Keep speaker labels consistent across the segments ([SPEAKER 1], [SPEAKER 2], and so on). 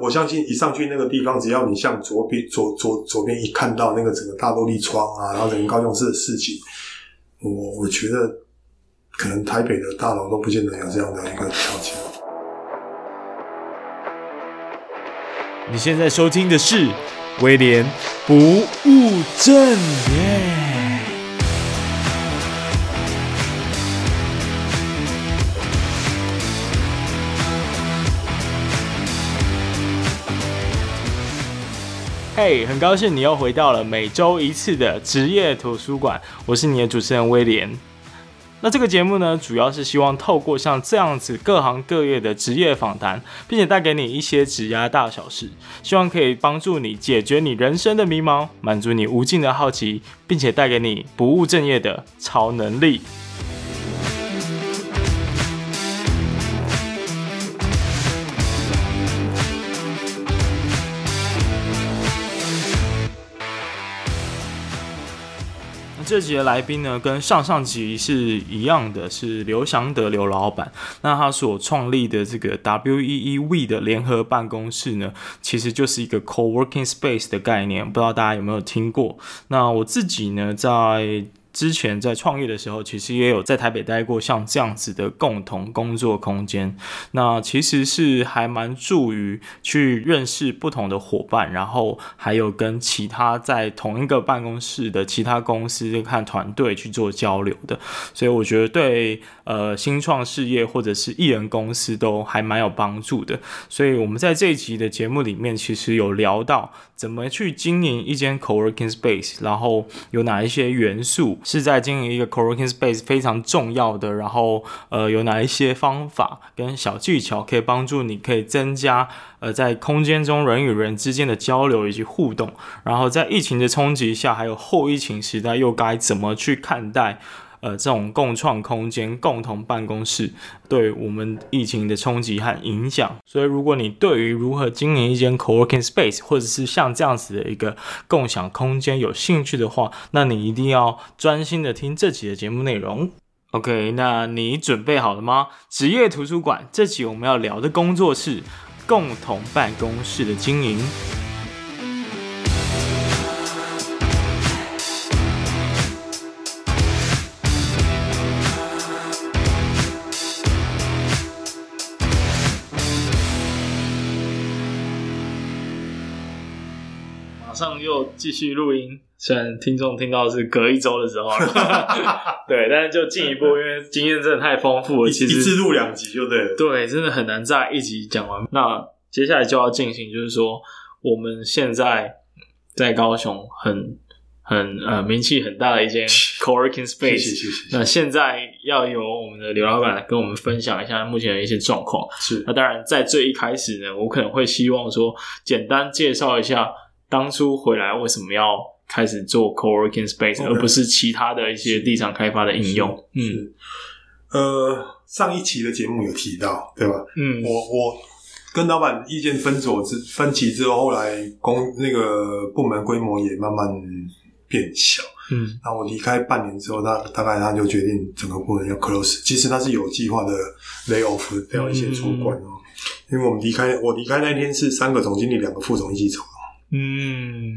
[SPEAKER 1] 我相信一上去那个地方，只要你向左边左左左边一看到那个整个大落地窗啊，然后整个高雄市的市景，我我觉得可能台北的大楼都不见得有这样的一个条件。
[SPEAKER 2] 你现在收听的是威廉不务正业。嘿很高兴你又回到了每周一次的职业图书馆，我是你的主持人威廉。那这个节目呢，主要是希望透过像这样子各行各业的职业访谈，并且带给你一些职涯大小事，希望可以帮助你解决你人生的迷茫，满足你无尽的好奇，并且带给你不务正业的超能力。那这集的来宾呢，跟上上集是一样的，是刘祥德刘老板。那他所创立的这个 WEEV 的联合办公室呢，其实就是一个 co-working space 的概念，不知道大家有没有听过？那我自己呢，在之前在创业的时候，其实也有在台北待过像这样子的共同工作空间。那其实是还蛮助于去认识不同的伙伴，然后还有跟其他在同一个办公室的其他公司看团队去做交流的。所以我觉得对呃新创事业或者是艺人公司都还蛮有帮助的。所以我们在这一集的节目里面，其实有聊到怎么去经营一间 co-working space，然后有哪一些元素是在经营一个 co-working space 非常重要的，然后呃有哪一些方法跟小技巧可以帮助你可以增加呃在空间中人与人之间的交流以及互动，然后在疫情的冲击下，还有后疫情时代又该怎么去看待？呃，这种共创空间、共同办公室对我们疫情的冲击和影响。所以，如果你对于如何经营一间 co-working space 或者是像这样子的一个共享空间有兴趣的话，那你一定要专心的听这期的节目内容。OK，那你准备好了吗？职业图书馆这期我们要聊的工作是共同办公室的经营。马上又继续录音，虽然听众听到是隔一周的时候了， 对，但是就进一步，因为经验真的太丰富了，
[SPEAKER 1] 一
[SPEAKER 2] 嗯其
[SPEAKER 1] 一次
[SPEAKER 2] 实
[SPEAKER 1] 录两集就对了。
[SPEAKER 2] 对，真的很难在一集讲完。那接下来就要进行，就是说我们现在在高雄很很呃名气很大的一 间
[SPEAKER 1] 谢
[SPEAKER 2] co-working
[SPEAKER 1] 谢谢
[SPEAKER 2] space，
[SPEAKER 1] 谢谢
[SPEAKER 2] 那现在要由我们的刘老板来跟我们分享一下目前的一些状况。
[SPEAKER 1] 是
[SPEAKER 2] 那当然，在最一开始呢，我可能会希望说，简单介绍一下当初回来为什么要开始做 co-working space，、
[SPEAKER 1] OK
[SPEAKER 2] 而不是其他的一些地产开发的应用。嗯
[SPEAKER 1] 是呃，上一期的节目有提到，对吧？
[SPEAKER 2] 嗯，
[SPEAKER 1] 我我跟老板意见分左之分歧之后，后来公那个部门规模也慢慢变小。
[SPEAKER 2] 嗯
[SPEAKER 1] 那我离开半年之后，他大概他就决定整个部门要 close。其实他是有计划的 lay off 掉一些主管哦，因为我们离开我离开那天是三个总经理、两个副总一起走。
[SPEAKER 2] 嗯，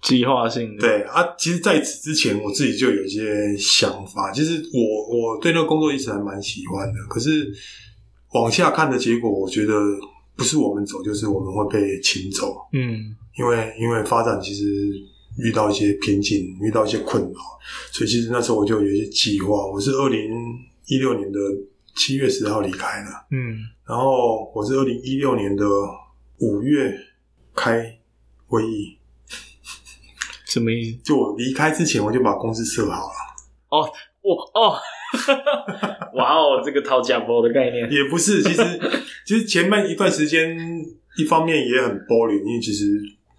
[SPEAKER 2] 计划性的，
[SPEAKER 1] 对啊，其实在此之前，我自己就有一些想法。其实我我对那个工作一直还蛮喜欢的，可是往下看的结果，我觉得不是我们走，就是我们会被请走。
[SPEAKER 2] 嗯
[SPEAKER 1] 因为因为发展其实遇到一些瓶颈，遇到一些困扰，所以其实那时候我就有一些计划。我是二零一六年的七月十号离开的，
[SPEAKER 2] 嗯
[SPEAKER 1] 然后我是二零一六年的五月开会议。
[SPEAKER 2] 什么意思？
[SPEAKER 1] 就我离开之前，我就把公司设好了，
[SPEAKER 2] 哇 哦，哇哦，这个讨价包的概念，
[SPEAKER 1] 也不是。其实其实前面一段时间，一方面也很 boring，因为其实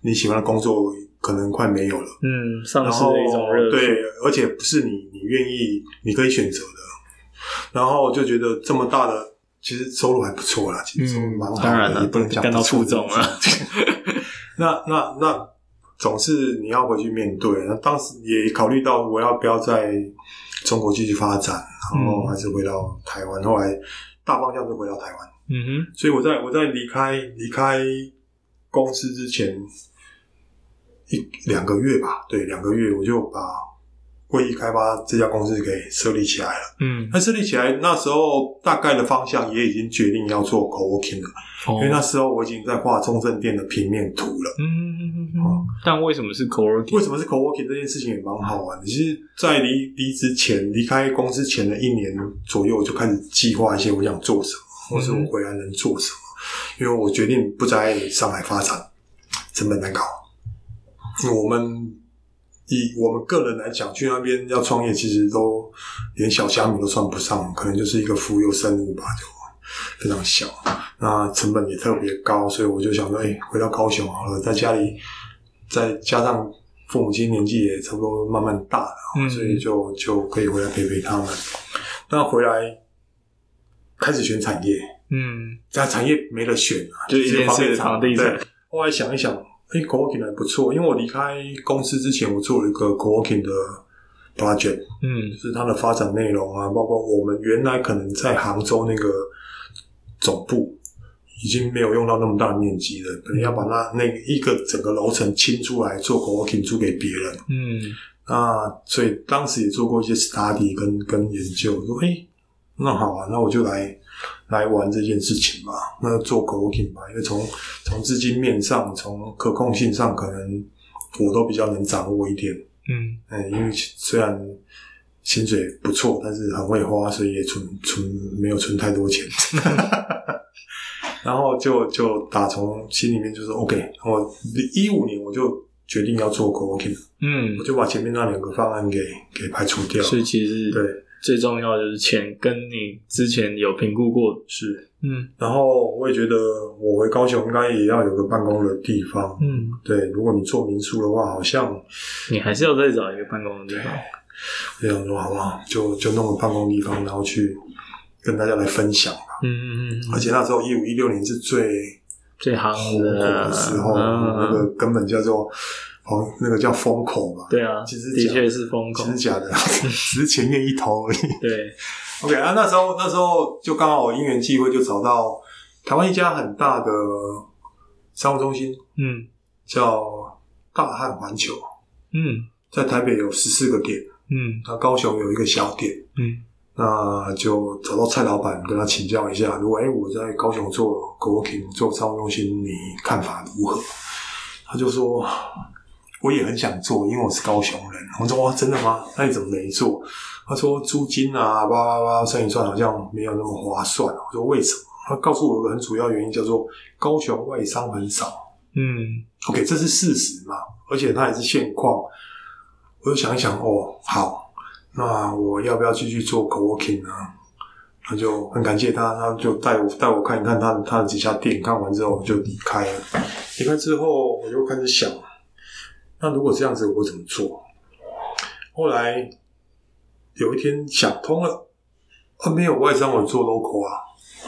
[SPEAKER 1] 你喜欢的工作可能快没有了。
[SPEAKER 2] 嗯，丧
[SPEAKER 1] 然
[SPEAKER 2] 失
[SPEAKER 1] 后
[SPEAKER 2] 了一种热
[SPEAKER 1] 对
[SPEAKER 2] 情，，
[SPEAKER 1] 而且不是你你愿意你可以选择的。然后就觉得这么大的，其实收入还不错啦，其实收入蛮好的，
[SPEAKER 2] 嗯当然
[SPEAKER 1] 嗯
[SPEAKER 2] 了
[SPEAKER 1] 也不能讲
[SPEAKER 2] 干到
[SPEAKER 1] 不错
[SPEAKER 2] 副总
[SPEAKER 3] 啊
[SPEAKER 2] 了。
[SPEAKER 1] 那那那总是你要回去面对。那当时也考虑到我要不要在中国继续发展，然后
[SPEAKER 2] 嗯
[SPEAKER 1] 还是回到台湾。后来大方向就回到台湾。
[SPEAKER 2] 嗯
[SPEAKER 1] 所以我在我在离开离开公司之前一两个月吧，对，两个月我就把会议开发这家公司给设立起来了。
[SPEAKER 3] 嗯，
[SPEAKER 1] 那设立起来那时候大概的方向也已经决定要做 co-working 了，
[SPEAKER 3] 哦
[SPEAKER 1] 因为那时候我已经在画中正店的平面图了。
[SPEAKER 3] 嗯，
[SPEAKER 1] 哦
[SPEAKER 3] 但为什么是 co-working？
[SPEAKER 1] 为什么是 co-working 这件事情也蛮好玩的？其实，在离离职前、离开公司前的一年左右，我就开始计划一些我想做什么，或是我回来能做什么。因为我决定不在上海发展，成本难搞。我们以我们个人来讲，去那边要创业，其实都连小虾米都算不上，可能就是一个浮游生物吧，就非常小。那成本也特别高，所以我就想说，哎、回到高雄好了，在家里，再加上父母亲年纪也差不多慢慢大了，
[SPEAKER 3] 嗯
[SPEAKER 1] 所以就就可以回来陪陪他们。那回来开始选产业，
[SPEAKER 3] 嗯，
[SPEAKER 1] 这产业没得选啊，
[SPEAKER 3] 就一
[SPEAKER 1] 是
[SPEAKER 3] 件
[SPEAKER 1] 房
[SPEAKER 3] 事
[SPEAKER 1] 地
[SPEAKER 3] 场
[SPEAKER 1] 产。
[SPEAKER 3] 地产
[SPEAKER 1] 对，后来想一想，哎、c o w o r k i n g 还不错，因为我离开公司之前，我做了一个 co-working 的 project，
[SPEAKER 3] 嗯
[SPEAKER 1] 就是它的发展内容啊，包括我们原来可能在杭州那个总部已经没有用到那么大的面积了，本来要把那那一个整个楼层清出来做 co-working 租给别人。
[SPEAKER 3] 嗯
[SPEAKER 1] 那所以当时也做过一些 study 跟跟研究，说哎、诶那好啊，那我就来来玩这件事情吧，那做 co-working 吧，因为从从资金面上，从可控性上，可能我都比较能掌握一点。
[SPEAKER 3] 嗯
[SPEAKER 1] 嗯，因为虽然薪水不错，但是很会花，所以也存存没有存太多钱。 然后就就打从心里面就是 OK，我一五年我就决定要做 co-working，
[SPEAKER 3] 嗯
[SPEAKER 1] 我，就把前面那两个方案给给排除掉。
[SPEAKER 3] 所以其实
[SPEAKER 1] 对，
[SPEAKER 3] 最重要的就是钱，跟你之前有评估过，
[SPEAKER 1] 是。
[SPEAKER 3] 嗯
[SPEAKER 1] 然后我也觉得我回高雄应该也要有个办公的地方。
[SPEAKER 3] 嗯，
[SPEAKER 1] 对，如果你做民宿的话，好像
[SPEAKER 3] 你还是要再找一个办公的地方，
[SPEAKER 1] 我想说好不好，就就弄个办公地方，然后去跟大家来分享。
[SPEAKER 3] 嗯嗯嗯
[SPEAKER 1] 而
[SPEAKER 3] 嗯，
[SPEAKER 1] 且那时候一五一六年是最
[SPEAKER 3] 最
[SPEAKER 1] 红
[SPEAKER 3] 夯
[SPEAKER 1] 火
[SPEAKER 3] 的
[SPEAKER 1] 的时候，那
[SPEAKER 3] 嗯，
[SPEAKER 1] 个根本叫做哦，那个叫风口嘛，
[SPEAKER 3] 对啊，
[SPEAKER 1] 其实
[SPEAKER 3] 的
[SPEAKER 1] 讲
[SPEAKER 3] 确是风口
[SPEAKER 1] 其，实假的， 只是前面一头而已。
[SPEAKER 3] 对，
[SPEAKER 1] OK 啊，那时候那时候就刚好因缘际会，就找到台湾一家很大的商务中心，
[SPEAKER 3] 嗯
[SPEAKER 1] 叫大汉环球，
[SPEAKER 3] 嗯
[SPEAKER 1] 在台北有十四个店，
[SPEAKER 3] 嗯
[SPEAKER 1] 那高雄有一个小店。
[SPEAKER 3] 嗯
[SPEAKER 1] 那就找到蔡老板跟他请教一下，如果哎、我在高雄做 co-working 做商务中心，你看法如何？他就说我也很想做，因为我是高雄人。我说哇，真的吗？那你怎么没做？他说租金啊，叭叭叭，算一算好像没有那么划算。我说为什么？他告诉我一个很主要原因，叫做高雄外商很少。
[SPEAKER 3] 嗯
[SPEAKER 1] OK，这是事实嘛，而且它也是现况。我就想一想，哦，好，那我要不要继续做 co-working 呢？他就很感谢他，他就带我带我看一看他他的几家店，看完之后我就离开了。离开之后，我就开始想，那如果这样子，我怎么做？后来有一天想通了，啊，没有外商，我做 local 啊，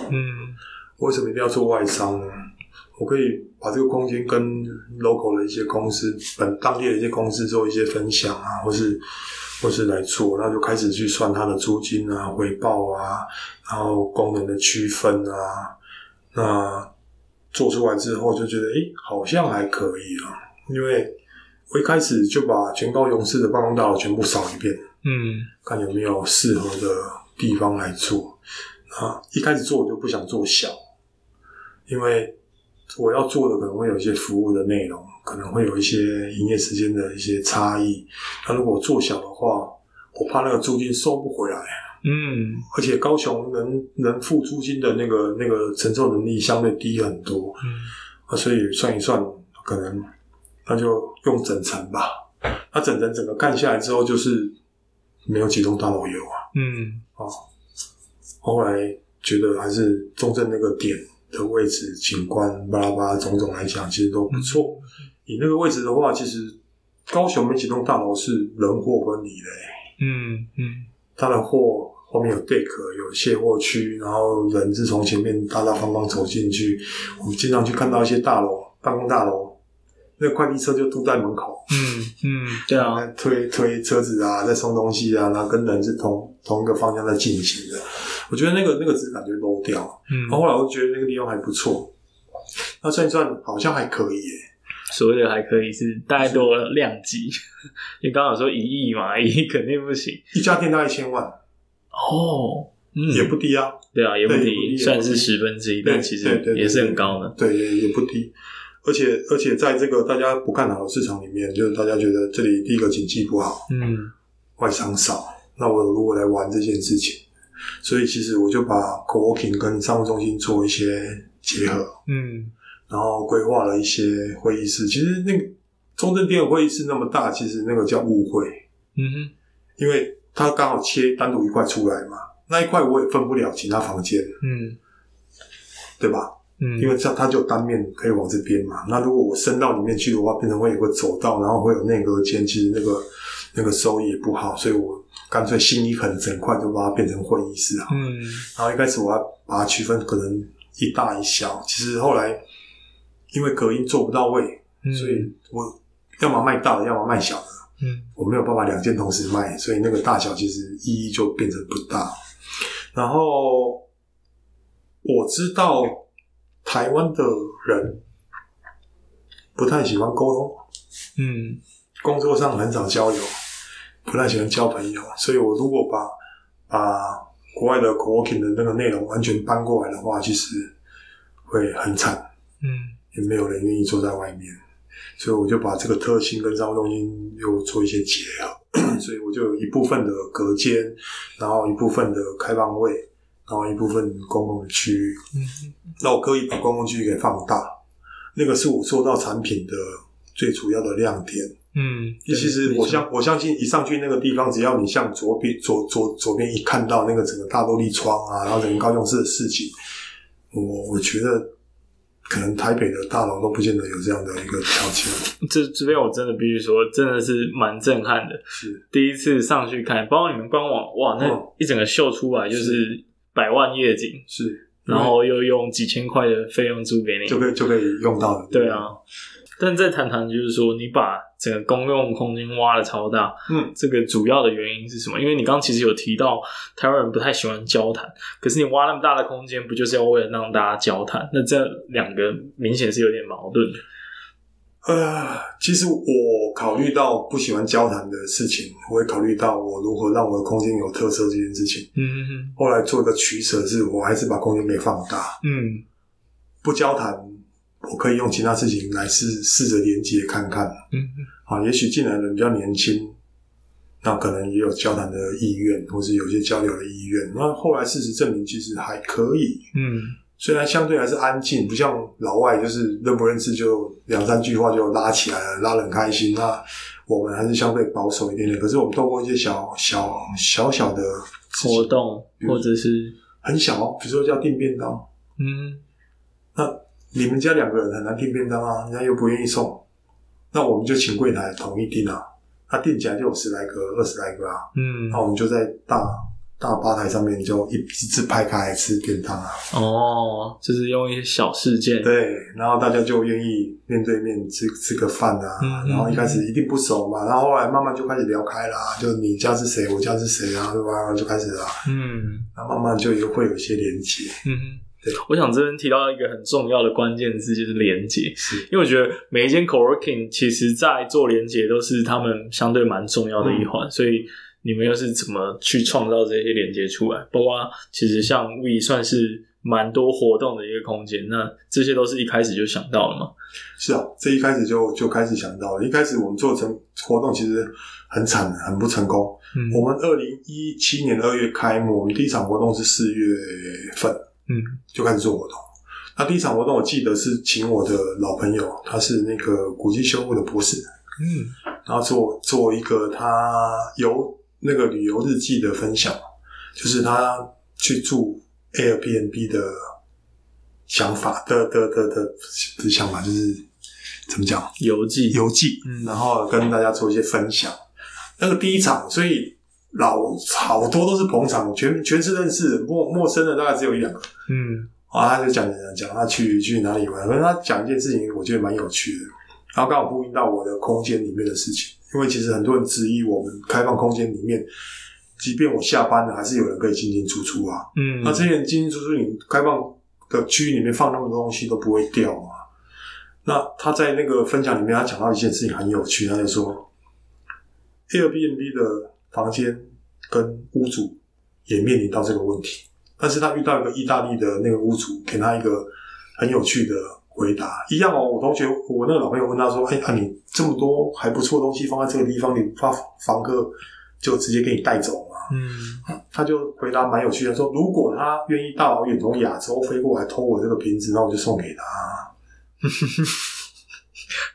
[SPEAKER 3] 嗯
[SPEAKER 1] 为什么一定要做外商呢？我可以把这个空间跟 local 的一些公司、本当地的一些公司做一些分享啊，或是或是来做，那就开始去算它的租金啊、回报啊，然后功能的区分啊，那做出来之后就觉得，诶、好像还可以啊，因为我一开始就把全高雄市的办公大楼全部扫一遍，
[SPEAKER 3] 嗯
[SPEAKER 1] 看有没有适合的地方来做。啊，一开始做我就不想做小，因为我要做的可能会有一些服务的内容，可能会有一些营业时间的一些差异。那如果做小的话，我怕那个租金收不回来，
[SPEAKER 3] 嗯
[SPEAKER 1] 而且高雄能能付租金的那个那个承受能力相对低很多。啊，所以算一算，可能那就用整层吧。那整层整个看下来之后，就是没有几栋大楼有啊。
[SPEAKER 3] 嗯
[SPEAKER 1] 后来觉得还是中正那个点的位置、景观、巴拉巴拉种种来讲，其实都不错。以那个位置的话，其实高雄没几栋大楼是人货分离的、欸，
[SPEAKER 3] 嗯嗯
[SPEAKER 1] 它的货。后面有 deck，有卸货区，然后人是从前面大大方方走进去。我们经常去看到一些大楼、办公大楼，那快递车就堵在门口，
[SPEAKER 3] 嗯嗯，对啊，
[SPEAKER 1] 在推推车子啊，在送东西啊，然后跟人是同同一个方向在进行的。我觉得那个那个质感就 low 掉。
[SPEAKER 3] 嗯
[SPEAKER 1] 然后后来我就觉得那个地方还不错，那算一算好像还可以耶。
[SPEAKER 2] 所谓的还可以是大概多了量级，你刚好说一亿嘛，一亿肯定不行
[SPEAKER 1] 一家店大概一千万，
[SPEAKER 2] 哦，嗯，
[SPEAKER 1] 也不低啊。
[SPEAKER 2] 对啊，也不
[SPEAKER 1] 对也不
[SPEAKER 2] 低，
[SPEAKER 1] 低
[SPEAKER 2] 虽然
[SPEAKER 1] 也不
[SPEAKER 2] 是
[SPEAKER 1] 低
[SPEAKER 2] 十分之一，
[SPEAKER 1] 对
[SPEAKER 2] 但其
[SPEAKER 1] 对
[SPEAKER 2] 实
[SPEAKER 1] 对对
[SPEAKER 2] 也是很高的。
[SPEAKER 1] 对，也也不低。而且而且在这个大家不看好的市场里面，就是大家觉得这里第一个景气不好，
[SPEAKER 2] 嗯，
[SPEAKER 1] 外商少，那我如果来玩这件事情，所以其实我就把 co-working 跟商务中心做一些结合，
[SPEAKER 3] 嗯，
[SPEAKER 1] 然后规划了一些会议室。其实那个中正店会议室那么大，其实那个叫误会，
[SPEAKER 2] 嗯哼，
[SPEAKER 1] 因为它刚好切单独一块出来嘛，那一块我也分不了其他房间，
[SPEAKER 3] 嗯
[SPEAKER 1] 对吧？
[SPEAKER 3] 嗯，
[SPEAKER 1] 因为这样它就有单面可以往这边嘛。那如果我伸到里面去的话，变成会有个走道，然后会有内隔间，其实那个那个收益也不好，所以我干脆心一狠，整块就把它变成会议室啊。
[SPEAKER 3] 嗯
[SPEAKER 1] 然后一开始我要把它区分，可能一大一小。其实后来因为隔音做不到位，
[SPEAKER 3] 嗯，
[SPEAKER 1] 所以我要么卖大的，要么卖小的，
[SPEAKER 3] 嗯
[SPEAKER 1] 我没有办法两件同时卖，所以那个大小其实意义就变成不大。然后我知道台湾的人不太喜欢沟通，
[SPEAKER 3] 嗯
[SPEAKER 1] 工作上很少交流，不太喜欢交朋友，所以我如果把把啊国外的 co-working 的那个内容完全搬过来的话，其实会很惨，
[SPEAKER 3] 嗯
[SPEAKER 1] 也没有人愿意坐在外面，所以我就把这个特性跟商务中心又做一些结合， 所以我就有一部分的隔间，然后一部分的开放位，然后一部分公共区域，
[SPEAKER 3] 嗯
[SPEAKER 1] 那我刻意把公共区域给放大，那个是我做到产品的最主要的亮点。
[SPEAKER 3] 嗯，
[SPEAKER 1] 其实
[SPEAKER 2] 对
[SPEAKER 1] 我
[SPEAKER 2] 没错
[SPEAKER 1] 相我相信，一上去那个地方，只要你向左边左左左边一看到那个整个大落地窗啊，然后整个高雄市的市景，我我觉得可能台北的大楼都不见得有这样的一个条件。
[SPEAKER 2] 这这边我真的必须说，真的是蛮震撼的。
[SPEAKER 1] 是，
[SPEAKER 2] 第一次上去看，包括你们官网，哇，那
[SPEAKER 1] 嗯
[SPEAKER 2] 一整个秀出来就是百万夜景，
[SPEAKER 1] 是，
[SPEAKER 2] 然后又用几千块的费用租给你，
[SPEAKER 1] 嗯就可以就可以用到的。
[SPEAKER 2] 对，啊。但再谈谈，就是说你把整个公用空间挖的超大，
[SPEAKER 1] 嗯，
[SPEAKER 2] 这个主要的原因是什么？因为你刚刚其实有提到台湾人不太喜欢交谈，可是你挖那么大的空间，不就是要为了让大家交谈？那这两个明显是有点矛盾的。
[SPEAKER 1] 呃，其实我考虑到不喜欢交谈的事情，我也考虑到我如何让我的空间有特色这件事情。
[SPEAKER 2] 嗯
[SPEAKER 1] 后来做一个取舍，是我还是把空间给放大。
[SPEAKER 2] 嗯
[SPEAKER 1] 不交谈，我可以用其他事情来试试着连接看看。
[SPEAKER 2] 嗯，
[SPEAKER 1] 啊，也许进来的人比较年轻，那可能也有交谈的意愿，或是有些交流的意愿。那后来事实证明，其实还可以，
[SPEAKER 3] 嗯
[SPEAKER 1] 虽然相对还是安静，不像老外就是认不认识就两三句话就拉起来了，拉得很开心。那我们还是相对保守一点点，可是我们透过一些小小小小的事
[SPEAKER 2] 活
[SPEAKER 1] 情，
[SPEAKER 2] 动或者是
[SPEAKER 1] 很小哦，比如说叫订便当。
[SPEAKER 2] 嗯
[SPEAKER 1] 你们家两个人很难订便当啊，人家又不愿意送，那我们就请柜台统一订啊。他订起来就有十来个、二十来个啊，
[SPEAKER 3] 嗯
[SPEAKER 1] 那我们就在大大吧台上面就一一字排开来吃便当啊。
[SPEAKER 2] 哦，就是用一些小事件，
[SPEAKER 1] 对，然后大家就愿意面对面吃吃个饭啊，
[SPEAKER 3] 嗯
[SPEAKER 1] 然后一开始一定不熟嘛，然后后来慢慢就开始聊开啦，就你家是谁，我家是谁啊，对吧？就开始啦，
[SPEAKER 3] 嗯
[SPEAKER 1] 然后慢慢就也会有一些连接。
[SPEAKER 3] 嗯
[SPEAKER 2] 我想这边提到一个很重要的关键字，就是连接。
[SPEAKER 1] 是，
[SPEAKER 2] 因为我觉得每一间 co-working 其实在做连接都是他们相对蛮重要的一
[SPEAKER 1] 嗯
[SPEAKER 2] 环，所以你们又是怎么去创造这些连接出来？包括其实像 We 算是蛮多活动的一个空间，那这些都是一开始就想到了嘛？
[SPEAKER 1] 是啊，这一开始就就开始想到了。一开始我们做成活动其实很惨，很不成功。
[SPEAKER 3] 嗯，
[SPEAKER 1] 我们二零一七年二月开幕，我们第一场活动是四月份，
[SPEAKER 3] 嗯，
[SPEAKER 1] 就开始做活动。那第一场活动我记得是请我的老朋友，他是那个古迹修复的博士，
[SPEAKER 3] 嗯
[SPEAKER 1] 然后做做一个他游那个旅游日记的分享，就是他去住 Airbnb 的想法的的的的的想法，就是怎么讲
[SPEAKER 2] 游记，
[SPEAKER 1] 游记，
[SPEAKER 2] 嗯
[SPEAKER 1] 然后跟大家做一些分享。那个第一场，所以老好多都是捧场，全全是认识，陌陌生的大概只有一两个。
[SPEAKER 3] 嗯
[SPEAKER 1] 啊，他就讲讲讲他去去哪里玩，反正他讲一件事情，我觉得蛮有趣的。然后刚好呼应到我的空间里面的事情，因为其实很多人质疑我们开放空间里面，即便我下班了，还是有人可以进进出出啊。
[SPEAKER 3] 嗯，
[SPEAKER 1] 那之前进进出出，你开放的的区域里面放那么多东西都不会掉嘛。那他在那个分享里面，他讲到一件事情很有趣，他就说，Airbnb 的房间跟屋主也面临到这个问题，但是他遇到一个意大利的那个屋主，给他一个很有趣的回答，一样哦。我同学，我那个老朋友问他说：“哎，那、啊、你这么多还不错的东西放在这个地方，你怕房客就直接给你带走吗？”
[SPEAKER 3] 嗯，
[SPEAKER 1] 他就回答蛮有趣的，说如果他愿意大老远从亚洲飞过来偷我这个瓶子，那我就送给他，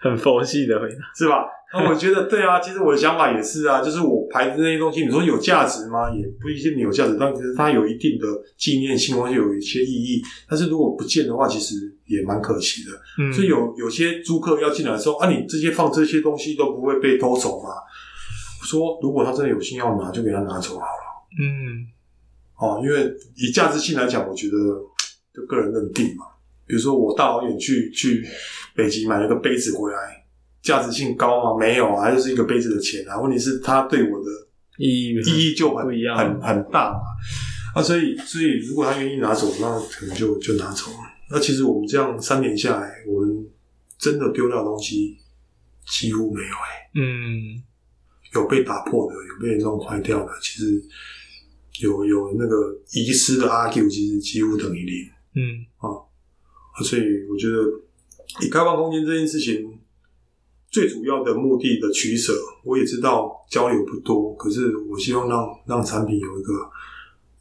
[SPEAKER 2] 很佛系的回答。
[SPEAKER 1] 是吧？那我觉得对啊，其实我的想法也是啊，就是我牌子那些东西，你说有价值吗？也不一定有价值，但其实它有一定的纪念性，或者有一些意义。但是如果不见的话，其实也蛮可惜的。
[SPEAKER 3] 嗯
[SPEAKER 1] 所以有有些租客要进来说啊，你这些放这些东西都不会被偷走吗？我说，如果他真的有心要拿，就给他拿走啊好了。
[SPEAKER 3] 嗯
[SPEAKER 1] 哦，因为以价值性来讲，我觉得就个人认定嘛。比如说我大老远去去北极买了个杯子回来，价值性高吗？没有啊，它就是一个杯子的钱啊。问题是它对我的
[SPEAKER 2] 意义
[SPEAKER 1] 意义就很
[SPEAKER 2] 不一样
[SPEAKER 1] 很很大嘛。啊，所以所以如果他愿意拿走，那可能就就拿走。那其实我们这样三年下来，我们真的丢掉的东西几乎没有、欸，
[SPEAKER 3] 嗯
[SPEAKER 1] 有被打破的，有被弄坏掉的，其实有有那个遗失的 argue，其实几乎等于零。
[SPEAKER 3] 嗯
[SPEAKER 1] 啊所以我觉得以开放空间这件事情，最主要的目的的取舍，我也知道交流不多，可是我希望让让产品有一个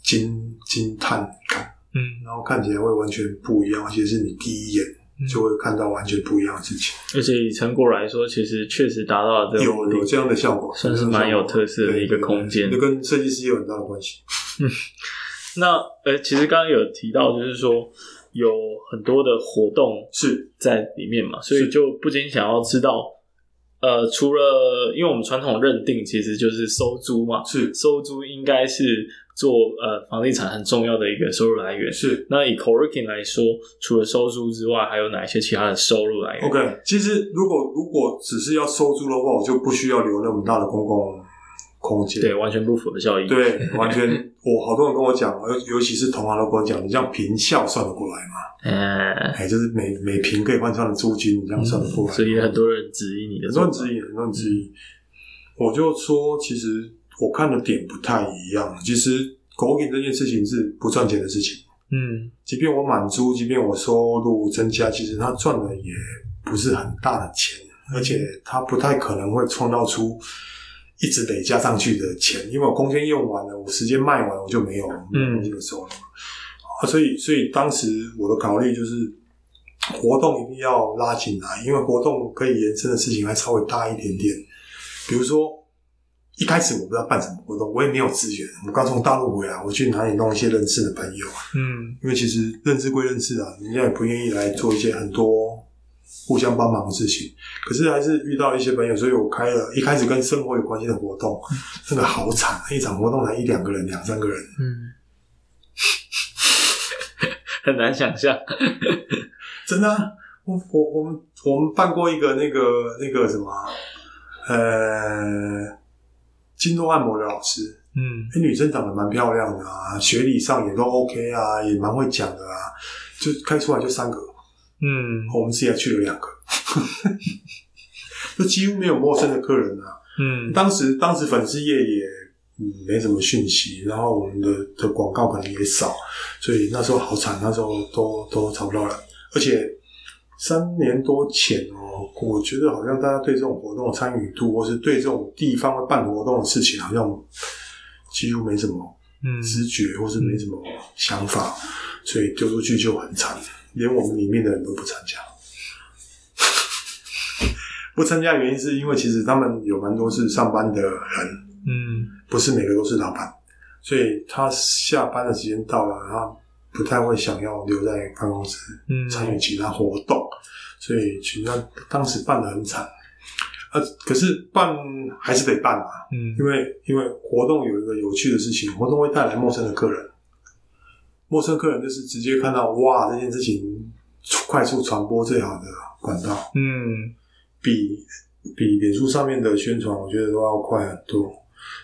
[SPEAKER 1] 惊惊叹感，
[SPEAKER 3] 嗯，
[SPEAKER 1] 然后看起来会完全不一样，而且是你第一眼就会看到完全不一样的事情，
[SPEAKER 2] 而且以成果来说，其实确实达到了这个目
[SPEAKER 1] 有
[SPEAKER 2] 的
[SPEAKER 1] 有这样的效果，
[SPEAKER 2] 算是蛮有特色的一个空间
[SPEAKER 1] 这跟设计师也有很大的关系。
[SPEAKER 2] 那呃，其实刚刚有提到，就是说有很多的活动
[SPEAKER 1] 是
[SPEAKER 2] 在里面嘛，所
[SPEAKER 1] 是
[SPEAKER 2] 以就不禁想要知道，呃，除了因为我们传统认定其实就是收租嘛，
[SPEAKER 1] 是
[SPEAKER 2] 收租应该是做呃房地产很重要的一个收入来源。
[SPEAKER 1] 是
[SPEAKER 2] 那以 co-working 来说，除了收租之外，还有哪一些其他的收入来源
[SPEAKER 1] OK，其实如果如果只是要收租的话，我就不需要留那么大的公共空间。
[SPEAKER 2] 对，完全不符合效益。，
[SPEAKER 1] 对，完全，我好多人跟我讲，尤尤其是同行都跟我讲，你这哎样平效算得过来 吗？
[SPEAKER 2] 呃，
[SPEAKER 1] 哎，就是每每平可以换算的租金，你这样算得过来吗？
[SPEAKER 2] 所以也很多人质疑你的
[SPEAKER 1] 很多
[SPEAKER 2] 做
[SPEAKER 1] 人
[SPEAKER 2] 法，
[SPEAKER 1] 质疑，很多人质疑。我就说，其实我看的点不太一样。其实狗品这件事情是不赚钱的事情，
[SPEAKER 2] 嗯
[SPEAKER 1] 即便我满租，即便我收入增加，其实它赚的也不是很大的钱，而且它不太可能会创造出一直累加上去的钱，因为我空间用完了，我时间卖完了，我就没有没有
[SPEAKER 2] 嗯
[SPEAKER 1] 东西的收入了。啊，所以所以当时我的考虑就是，活动一定要拉进来，因为活动可以延伸的事情还稍微大一点点。比如说，一开始我不知道办什么活动，我也没有资源，我刚从大陆回来，我去哪里弄一些认识的朋友。
[SPEAKER 3] 嗯
[SPEAKER 1] 因为其实认识归认识啊，人家也不愿意来做一些很多互相帮忙的事情。可是还是遇到一些朋友，所以我开了一开始跟生活有关系的活动， 那个好惨，啊一场活动才一两个人、两三个人，
[SPEAKER 3] 嗯
[SPEAKER 2] 很难想象。
[SPEAKER 1] 真的啊、我我我们我们办过一个那个那个什么，啊呃，经络按摩的老师，
[SPEAKER 3] 嗯
[SPEAKER 1] 哎，女生长得蛮漂亮的啊，学历上也都 OK 啊，也蛮会讲的啊，就开出来就三个，
[SPEAKER 3] 嗯
[SPEAKER 1] 我们自己还去了两个， 就几乎没有陌生的客人啊。
[SPEAKER 3] 嗯
[SPEAKER 1] 当时当时粉丝页也嗯没什么讯息，然后我们的的广告可能也少，所以那时候好惨，那时候都都找不到人，而且三年多前哦，我觉得好像大家对这种活动的参与度，或是对这种地方会办活动的事情，好像几乎没什么
[SPEAKER 3] 嗯
[SPEAKER 1] 直觉，或是没什么想法，所以丢出去就很惨，连我们里面的人都不参加。 不参加的原因是因为其实他们有蛮多是上班的人，
[SPEAKER 3] 嗯
[SPEAKER 1] 不是每个都是老板，所以他下班的时间到了，他不太会想要留在办公室
[SPEAKER 3] 嗯
[SPEAKER 1] 参与其他活动，所以其实他当时办的很惨。呃，可是办还是得办啊嘛，
[SPEAKER 3] 嗯
[SPEAKER 1] 因为因为活动有一个有趣的事情，活动会带来陌生的客人，陌生客人就是直接看到哇，这件事情快速传播最好的管道，
[SPEAKER 3] 嗯
[SPEAKER 1] 比比脸书上面的宣传，我觉得都要快很多。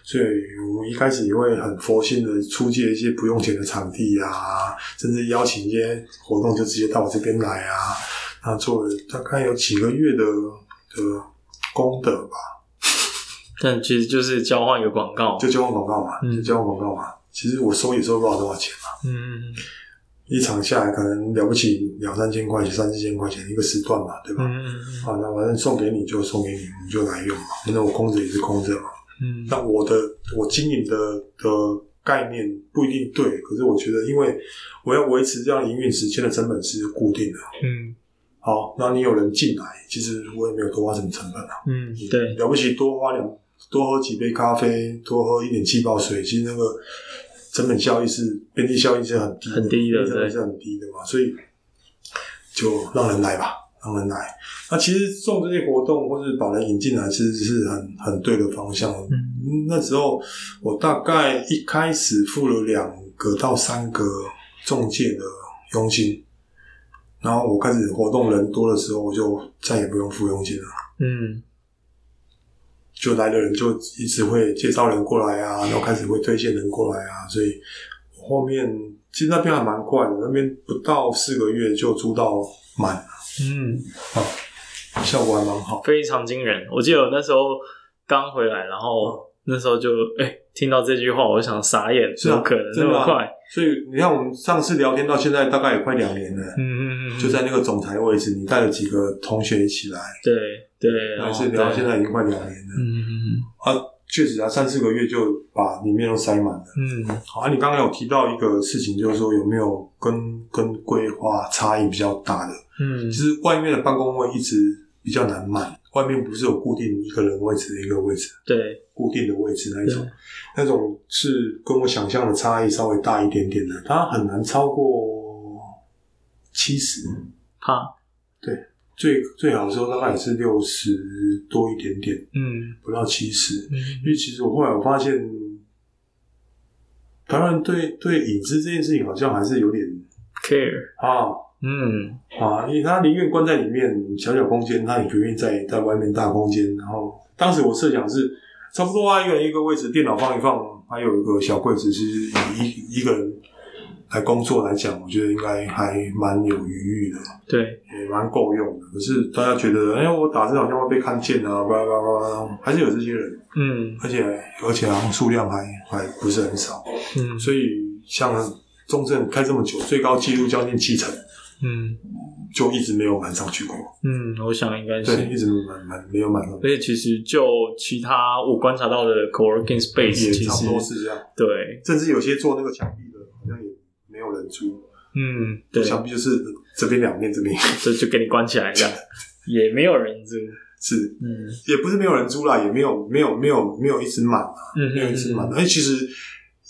[SPEAKER 1] 所以我们一开始也会很佛心的出借一些不用钱的场地啊，甚至邀请一些活动就直接到我这边来啊。那做了大概有几个月的的功德吧，
[SPEAKER 2] 但其实就是交换一个广告，
[SPEAKER 1] 就交换广告嘛，
[SPEAKER 2] 嗯
[SPEAKER 1] 就交换广告嘛。其实我收也收不了多少钱嘛，
[SPEAKER 2] 嗯
[SPEAKER 1] 一场下来可能了不起两三千块钱、三四千块钱一个时段嘛，对吧？
[SPEAKER 2] 嗯
[SPEAKER 1] 好，那反正送给你就送给你，你就来用嘛。反正我空着也是空着嘛。
[SPEAKER 2] 嗯
[SPEAKER 1] 那我的我经营的的概念不一定对，可是我觉得，因为我要维持这样营运时间的成本是固定的。
[SPEAKER 2] 嗯
[SPEAKER 1] 好，那你有人进来，其实我也没有多花什么成本啊。
[SPEAKER 2] 嗯，对，
[SPEAKER 1] 了不起多花两多喝几杯咖啡，多喝一点气泡水，其实那个成本效益是边际效益是很低的，
[SPEAKER 2] 很低的
[SPEAKER 1] 真的是很低的嘛。所以就让人来吧，让人来。那其实送这些活动或是把人引进来，其实是很很对的方向。
[SPEAKER 2] 嗯
[SPEAKER 1] 那时候我大概一开始付了两个到三个中介的佣金，然后我开始活动人多的时候，我就再也不用付佣金了。
[SPEAKER 2] 嗯
[SPEAKER 1] 就来的人就一直会介绍人过来 啊，然后开始会推荐人过来啊，所以我后面其实那边还蛮快的，那边不到四个月就租到满，
[SPEAKER 2] 嗯，
[SPEAKER 1] 效果还蛮好。
[SPEAKER 2] 非常惊人。我记得我那时候刚回来，然后那时候就哎、听到这句话，我就想傻眼，
[SPEAKER 1] 是
[SPEAKER 2] 怎
[SPEAKER 1] 啊
[SPEAKER 2] 么可能那
[SPEAKER 1] 真的
[SPEAKER 2] 么
[SPEAKER 1] 啊
[SPEAKER 2] 快？
[SPEAKER 1] 所以你看，我们上次聊天到现在大概也快两年了，
[SPEAKER 2] 嗯嗯嗯，
[SPEAKER 1] 就在那个总裁位置，你带了几个同学一起来，
[SPEAKER 2] 对对，
[SPEAKER 1] 还是聊到现
[SPEAKER 2] 在，
[SPEAKER 1] 在已经快两年了。
[SPEAKER 2] 嗯
[SPEAKER 1] 确实啊，三四个月就把里面都塞满了。
[SPEAKER 2] 嗯嗯
[SPEAKER 1] 好啊，你刚刚有提到一个事情，就是说有没有跟跟规划差异比较大的？
[SPEAKER 2] 嗯
[SPEAKER 1] 其，实外面的办公位一直比较难满，外面不是有固定一个人位置的一个位置，
[SPEAKER 2] 对，
[SPEAKER 1] 固定的位置那一种
[SPEAKER 2] 对，
[SPEAKER 1] 那种是跟我想象的差异稍微大一点点的，它很难超过七十，
[SPEAKER 2] 怕，
[SPEAKER 1] 最最好的时候大概也是六十多一点点，
[SPEAKER 2] 嗯
[SPEAKER 1] 不到七十。因
[SPEAKER 2] 嗯
[SPEAKER 1] 为其实我后来我发现，当然对对隐私这件事情好像还是有点
[SPEAKER 2] ，care，
[SPEAKER 1] 啊，
[SPEAKER 2] 嗯
[SPEAKER 1] 啊，因为他宁愿关在里面小小空间，他也不愿意在在外面大空间。然后当时我设想是差不多啊，一个人一个位置，电脑放一放，还有一个小柜子，其实以一一个人来工作来讲，我觉得应该还蛮有余裕的，
[SPEAKER 2] 对，
[SPEAKER 1] 也蛮够用的。可是大家觉得，哎、我打字好像会被看见啊，叭叭叭叭，还是有这些人，
[SPEAKER 2] 嗯
[SPEAKER 1] 而且而且好像数量还还不是很少，
[SPEAKER 2] 嗯
[SPEAKER 1] 所以像中正开这么久，最高纪录将近七成，
[SPEAKER 2] 嗯
[SPEAKER 1] 就一直没有满上去过。
[SPEAKER 2] 嗯，我想应该是
[SPEAKER 1] 对，一直蛮蛮没有满足，
[SPEAKER 2] 而且其实就其他我观察到的 co-working
[SPEAKER 1] 也
[SPEAKER 2] space，其
[SPEAKER 1] 差不多
[SPEAKER 2] 实
[SPEAKER 1] 是这样。
[SPEAKER 2] 对，
[SPEAKER 1] 甚至有些做那个墙壁的，好像也没有人租，
[SPEAKER 2] 嗯，对，
[SPEAKER 1] 墙壁就是这边两面，这边一面
[SPEAKER 2] 这就给你关起来 这样，也没有人租，
[SPEAKER 1] 是，
[SPEAKER 2] 嗯
[SPEAKER 1] 也不是没有人租啦，也没有没有没有没有一直满啊，
[SPEAKER 2] 嗯，
[SPEAKER 1] 没有一直满。哎，其实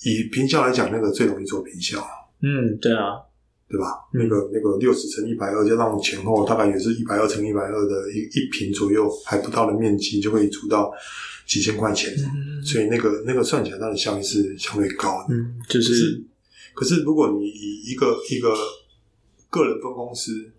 [SPEAKER 1] 以平效来讲，那个最容易做平效，
[SPEAKER 2] 嗯，对啊，
[SPEAKER 1] 对吧？
[SPEAKER 2] 嗯
[SPEAKER 1] 那个那个六十乘一百二，加上前后大概也是一百二乘一百二的一一平左右，还不到的面积就可以租到几千块钱，
[SPEAKER 2] 嗯
[SPEAKER 1] 所以那个那个算起来，它的效益是相对高的。
[SPEAKER 2] 嗯，就
[SPEAKER 1] 可
[SPEAKER 2] 是
[SPEAKER 1] 是，可是如果你以一个一个个人分公司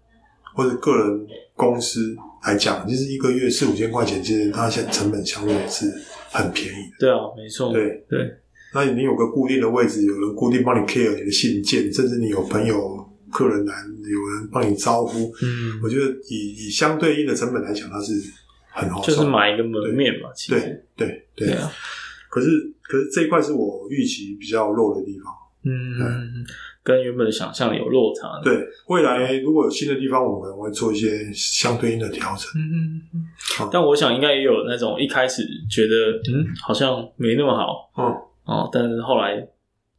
[SPEAKER 1] 或者个人公司来讲，就是一个月四五千块钱，其实它现在成本相对是很便宜的。
[SPEAKER 2] 对啊，没错，
[SPEAKER 1] 对
[SPEAKER 2] 对，
[SPEAKER 1] 那你有个固定的位置，有人固定帮你 care 你的信件，甚至你有朋友、客人来，有人帮你招呼。
[SPEAKER 2] 嗯
[SPEAKER 1] 我，觉得以以相对应的成本来讲，它是很好
[SPEAKER 2] 就
[SPEAKER 1] 算
[SPEAKER 2] 是买一个门面嘛，其
[SPEAKER 1] 对
[SPEAKER 2] 实，
[SPEAKER 1] 对
[SPEAKER 2] 对
[SPEAKER 1] 对。
[SPEAKER 2] 啊，
[SPEAKER 1] 可是可是这一块是我预期比较弱的地方。
[SPEAKER 2] 嗯，跟原本的想象有落差，，
[SPEAKER 1] 对，未来如果有新的地方，我们可能会做一些相对应的调整。
[SPEAKER 2] 嗯，但我想应该也有那种一开始觉得嗯好像没那么好，
[SPEAKER 1] 嗯，
[SPEAKER 2] 哦，但是后来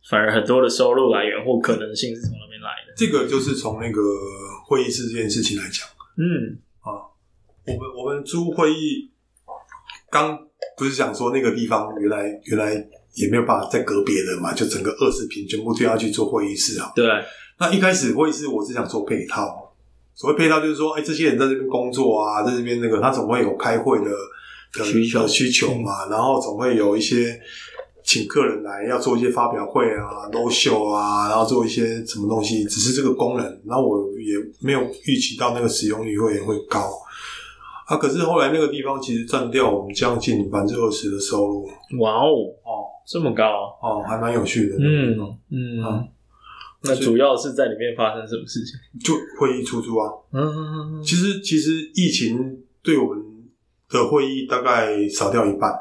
[SPEAKER 2] 反而很多的收入来源或可能性是从那边来的。
[SPEAKER 1] 这个就是从那个会议室这件事情来讲，
[SPEAKER 2] 嗯
[SPEAKER 1] 我们我们租会议，刚不是讲说那个地方原来原来也没有办法再隔别的嘛，就整个二十平全部丢下去做会议室啊，。
[SPEAKER 2] 对，
[SPEAKER 1] 那一开始会是我只想做配套，所谓配套就是说，哎、这些人在这边工作啊，在这边那个，他总会有开会的的
[SPEAKER 2] 需求嗯
[SPEAKER 1] 的需求嘛，然后总会有一些请客人来要做一些发表会啊、no show 啊，然后做一些什么东西，只是这个功能，然后我也没有预期到那个使用率会会高。啊，可是后来那个地方其实占掉我们将近百分之二十的收入
[SPEAKER 2] 哇哦，
[SPEAKER 1] 哦
[SPEAKER 2] 这么高、啊，
[SPEAKER 1] 哦，还蛮有趣的。
[SPEAKER 2] 嗯，嗯，
[SPEAKER 1] 嗯
[SPEAKER 2] 那主要是在里面发生什么事情？
[SPEAKER 1] 就会议出租啊。
[SPEAKER 2] 嗯，
[SPEAKER 1] 其实其实疫情对我们的会议大概少掉一半，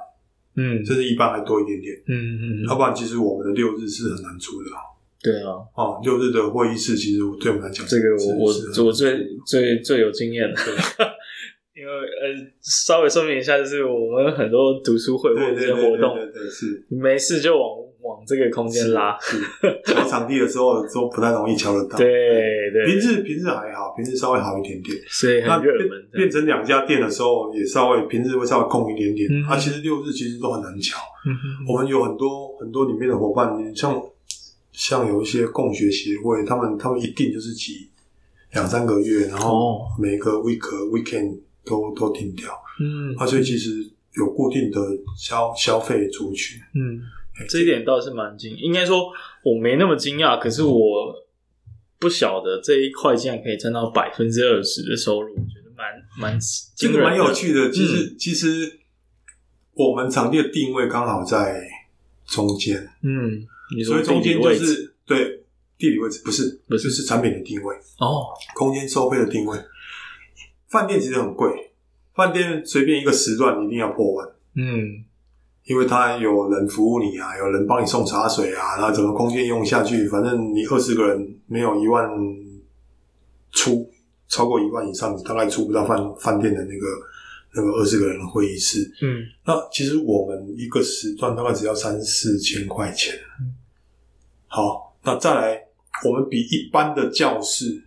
[SPEAKER 2] 嗯
[SPEAKER 1] 甚至一半还多一点点。
[SPEAKER 2] 嗯嗯，
[SPEAKER 1] 要不然，其实我们的六日是很难出的
[SPEAKER 2] 对啊，
[SPEAKER 1] 哦。六日的会议室，其实对我们来讲，
[SPEAKER 2] 这个
[SPEAKER 1] 是
[SPEAKER 2] 我
[SPEAKER 1] 是很
[SPEAKER 2] 我我最最最有经验的。 因为呃，稍微说明一下，就是我们很多读书会或
[SPEAKER 1] 对
[SPEAKER 2] 者
[SPEAKER 1] 对
[SPEAKER 2] 这
[SPEAKER 1] 对
[SPEAKER 2] 些活动，
[SPEAKER 1] 对对对是
[SPEAKER 2] 没事就往往这个空间拉。
[SPEAKER 1] 是瞧场地的时候都不太容易瞧得到。，
[SPEAKER 2] 对对，
[SPEAKER 1] 平日平日还好，平日稍微好一点点。
[SPEAKER 2] 所以
[SPEAKER 1] 那
[SPEAKER 2] 很
[SPEAKER 1] 变
[SPEAKER 2] 热门的。
[SPEAKER 1] 变成两家店的时候，也稍微平日会稍微空一点点。
[SPEAKER 2] 嗯
[SPEAKER 1] 啊，其实六日其实都很难瞧。
[SPEAKER 2] 嗯哼
[SPEAKER 1] 我们有很多很多里面的伙伴，像像有一些共学协会，他们他们一定就是挤两三个月，然后
[SPEAKER 2] 哦
[SPEAKER 1] 每个 week weekend 都都停掉。
[SPEAKER 2] 嗯
[SPEAKER 1] 啊，所以其实有固定的消消费族群，
[SPEAKER 2] 嗯，
[SPEAKER 1] 哎
[SPEAKER 2] 这一点倒是蛮惊，应该说我没那么惊讶，可是
[SPEAKER 1] 嗯
[SPEAKER 2] 我不晓得这一块竟然可以占到百分之二十的收入，我觉得蛮蛮
[SPEAKER 1] 这
[SPEAKER 2] 惊
[SPEAKER 1] 个
[SPEAKER 2] 人的
[SPEAKER 1] 蛮有。趣的。其实、其实我们场地的定位刚好在中间，
[SPEAKER 2] 嗯，你说
[SPEAKER 1] 所以中间
[SPEAKER 2] 地
[SPEAKER 1] 就
[SPEAKER 2] 理位置
[SPEAKER 1] 是对地理位置不是
[SPEAKER 2] 不是
[SPEAKER 1] 就是产品的定位，
[SPEAKER 2] 哦，
[SPEAKER 1] 空间收费的定位。饭店其实很贵，饭店随便一个时段一定要破万。
[SPEAKER 2] 嗯
[SPEAKER 1] 因为它有人服务你啊，有人帮你送茶水啊，然后整个空间用下去，反正你二十个人没有一万出，超过一万以上，你大概出不到饭饭店的那个那个二十个人的会议室。
[SPEAKER 2] 嗯，
[SPEAKER 1] 那其实我们一个时段大概只要三四千块钱。啊好，那再来，我们比一般的教室，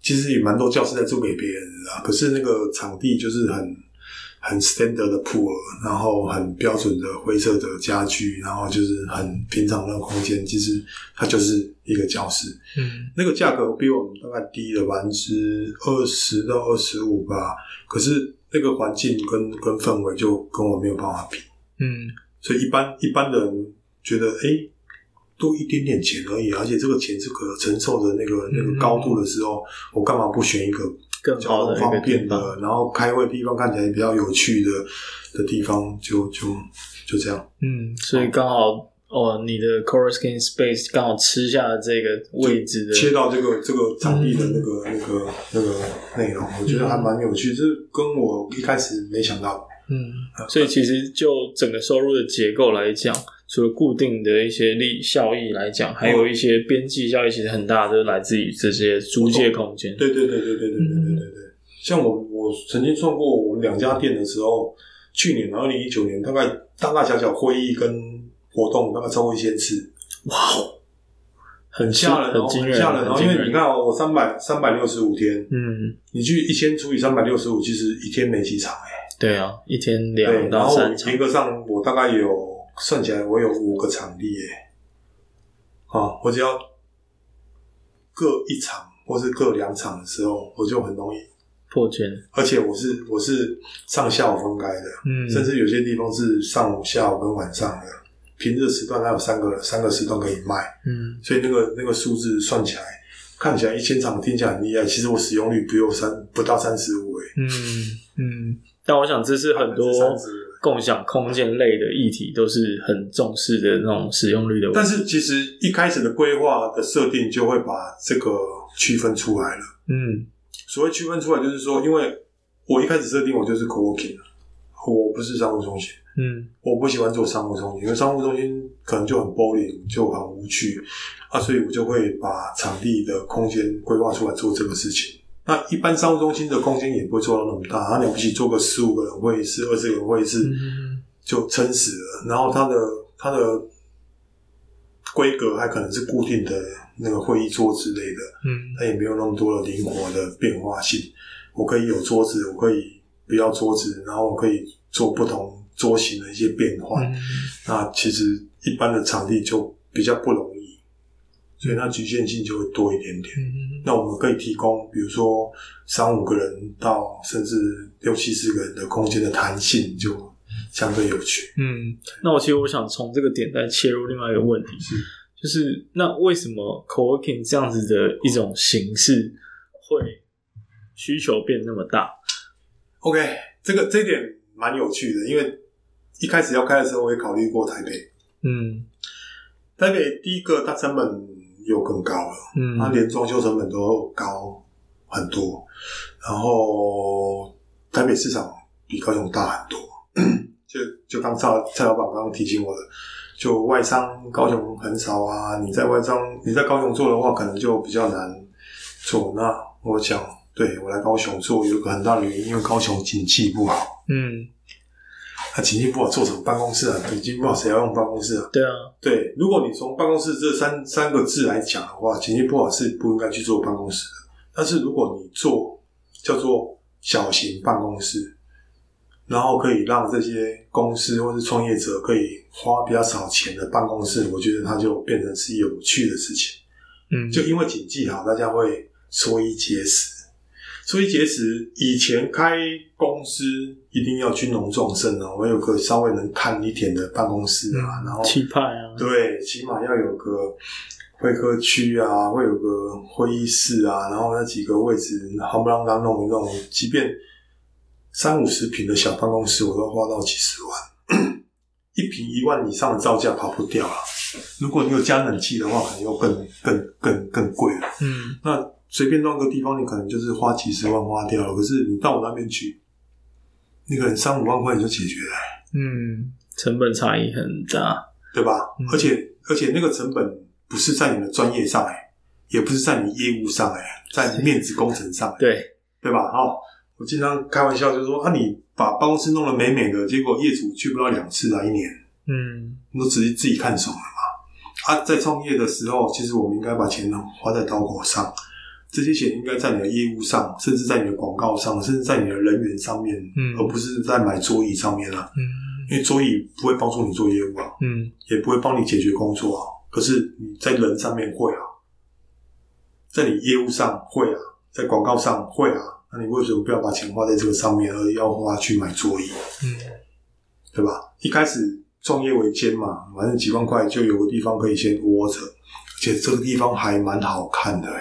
[SPEAKER 1] 其实也蛮多教室在租给别人的啊。可是那个场地就是很很 standard 的铺儿，然后很标准的灰色的家具，然后就是很平常的空间，其实它就是一个教室。
[SPEAKER 2] 嗯
[SPEAKER 1] 那个价格比我们大概低了百分之二十到二十五吧，可是那个环境跟跟氛围就跟我没有办法比，
[SPEAKER 2] 嗯
[SPEAKER 1] 所以一般一般的人觉得，哎、多一点点钱而已，而且这个钱是可承受的那个那个高度的时候，我干嘛不选一个
[SPEAKER 2] 嗯更
[SPEAKER 1] 交
[SPEAKER 2] 好的
[SPEAKER 1] 通
[SPEAKER 2] 一个
[SPEAKER 1] 方
[SPEAKER 2] 地
[SPEAKER 1] 便
[SPEAKER 2] 方。
[SPEAKER 1] 的，然后开会地方看起来比较有趣的的地方，就就就这样，
[SPEAKER 2] 嗯，所以刚好哦，你的 c o r s k i n Space 刚好吃下了这个位置的，
[SPEAKER 1] 切到这个这个场地的那个、那个那个内容，我觉得还蛮有趣，这跟我一开始没想到。
[SPEAKER 2] 嗯，所以其实就整个收入的结构来讲，除了固定的一些利效益来讲，还
[SPEAKER 1] 哦
[SPEAKER 2] 有一些边际效益，其实很大都来自于这些租借空间。
[SPEAKER 1] 哦对对对对对对对对对对。像我我曾经算过我们两家店的时候，去年二零一九年大概大大小小会议跟活动大概超过一千次，
[SPEAKER 2] 很
[SPEAKER 1] 很吓人
[SPEAKER 2] 很
[SPEAKER 1] 哦，
[SPEAKER 2] 惊
[SPEAKER 1] 很
[SPEAKER 2] 人，
[SPEAKER 1] 吓人哦。
[SPEAKER 2] 很
[SPEAKER 1] 因
[SPEAKER 2] 惊人
[SPEAKER 1] 为你，看哦，我三百三百六十五天，
[SPEAKER 2] 嗯，
[SPEAKER 1] 你去一千除以三百六十五，其实一天没几场哎、
[SPEAKER 2] 对啊，一天
[SPEAKER 1] 对，
[SPEAKER 2] 两
[SPEAKER 1] 然
[SPEAKER 2] 到
[SPEAKER 1] 后我
[SPEAKER 2] 三场
[SPEAKER 1] 严，格上我大概有算起来我有五个场地哎、啊，我只要各一场或是各两场的时候，我就很容易
[SPEAKER 2] 破千，
[SPEAKER 1] 而且我是我是上下午分开的，
[SPEAKER 2] 嗯，
[SPEAKER 1] 甚至有些地方是上午、下午跟晚上的。平日时段它有三个三个时段可以卖，
[SPEAKER 2] 嗯
[SPEAKER 1] 所以那个那个数字算起来，看起来一千场听起来很厉害，其实我使用率只有三不到三十五诶，
[SPEAKER 2] 嗯嗯。但我想这是很多
[SPEAKER 1] 35%
[SPEAKER 2] 共享空间类的议题都是很重视的那种使用率的问题。
[SPEAKER 1] 但是其实一开始的规划的设定就会把这个区分出来了。
[SPEAKER 2] 嗯
[SPEAKER 1] 所谓区分出来，就是说，因为我一开始设定我就是 co-working，我啊不是商务中心。
[SPEAKER 2] 嗯
[SPEAKER 1] 我不喜欢做商务中心，因为商务中心可能就很 boring，就很无趣啊，所以我就会把场地的空间规划出来做这个事情。那一般商务中心的空间也不会做到那么大，它了不起做个十五个人会议室、二十个人会议室
[SPEAKER 2] 嗯
[SPEAKER 1] 就撑死了。然后它的它的规格还可能是固定的那个会议桌之类的，
[SPEAKER 2] 嗯
[SPEAKER 1] 它也没有那么多的灵活的变化性。我可以有桌子，我可以不要桌子，然后我可以做不同桌型的一些变换。
[SPEAKER 2] 嗯
[SPEAKER 1] 那其实一般的场地就比较不容易，所以它局限性就会多一点点。
[SPEAKER 2] 嗯
[SPEAKER 1] 那我们可以提供，比如说三五个人到甚至六七十个人的空间的弹性，就相对有趣。
[SPEAKER 2] 嗯，那我其实我想从这个点再切入另外一个问题，
[SPEAKER 1] 是
[SPEAKER 2] 就是那为什么 co-working 这样子的一种形式会需求变那么大？
[SPEAKER 1] OK，这个这一点蛮有趣的，因为一开始要开的时候，我也考虑过台北。
[SPEAKER 2] 嗯
[SPEAKER 1] 台北第一个，它成本又更高了，
[SPEAKER 2] 嗯
[SPEAKER 1] 它连装修成本都高很多。然后台北市场比高雄大很多， 就就刚蔡蔡老板刚刚提醒我的，就外商高雄很少啊。你在外商你在高雄做的话，可能就比较难做。那我想，对我来高雄做有一个很大的原因，因为高雄景气不好。
[SPEAKER 2] 嗯，
[SPEAKER 1] 啊，经济部好做什么办公室啊？经济部好谁要用办公室啊？
[SPEAKER 2] 对啊，
[SPEAKER 1] 对，如果你从办公室这三三个字来讲的话，经济部好是不应该去做办公室的。但是如果你做叫做小型办公室，然后可以让这些公司或是创业者可以花比较少钱的办公室，我觉得它就变成是有趣的事情。
[SPEAKER 2] 嗯
[SPEAKER 1] 就因为经济好，大家会缩衣节食。缩衣节食，以前开公司一定要军农壮盛哦，我有个稍微能看一点的办公室啊，然后
[SPEAKER 2] 气派啊，
[SPEAKER 1] 对，起码要有个会客区啊，会有个会议室啊，然后那几个位置夯不啷当弄一弄，即便三五十平的小办公室，我都花到几十万， 一平一万以上的造价跑不掉了。如果你有加冷气的话，可能又更更更更贵了。
[SPEAKER 2] 嗯
[SPEAKER 1] 那随便弄个地方，你可能就是花几十万花掉了，可是你到我那边去，你可能三五万块你就解决了。
[SPEAKER 2] 嗯，成本差异很大，
[SPEAKER 1] 对吧？
[SPEAKER 2] 嗯
[SPEAKER 1] 而且而且那个成本不是在你的专业上哎、也不是在你业务上哎、在你面子工程上、哎
[SPEAKER 2] 对，
[SPEAKER 1] 对吧？好、我经常开玩笑就说啊，你把办公室弄得美美的，结果业主去不到两次啊，一年，
[SPEAKER 2] 嗯
[SPEAKER 1] 你都直接自己看爽了嘛。啊，在创业的时候，其实我们应该把钱花在刀口上，这些钱应该在你的业务上，甚至在你的广告上，甚至在你的人员上面，
[SPEAKER 2] 嗯
[SPEAKER 1] 而不是在买桌椅上面啊，
[SPEAKER 2] 嗯
[SPEAKER 1] 因为桌椅不会帮助你做业务啊。
[SPEAKER 2] 嗯
[SPEAKER 1] 也不会帮你解决工作啊。可是你在人上面会啊，在你业务上会啊，在广告上会啊，那你为什么不要把钱花在这个上面，而要花去买桌椅，
[SPEAKER 2] 嗯
[SPEAKER 1] 对吧？一开始创业为艰嘛，反正几万块就有个地方可以先窝着，而且这个地方还蛮好看的哎、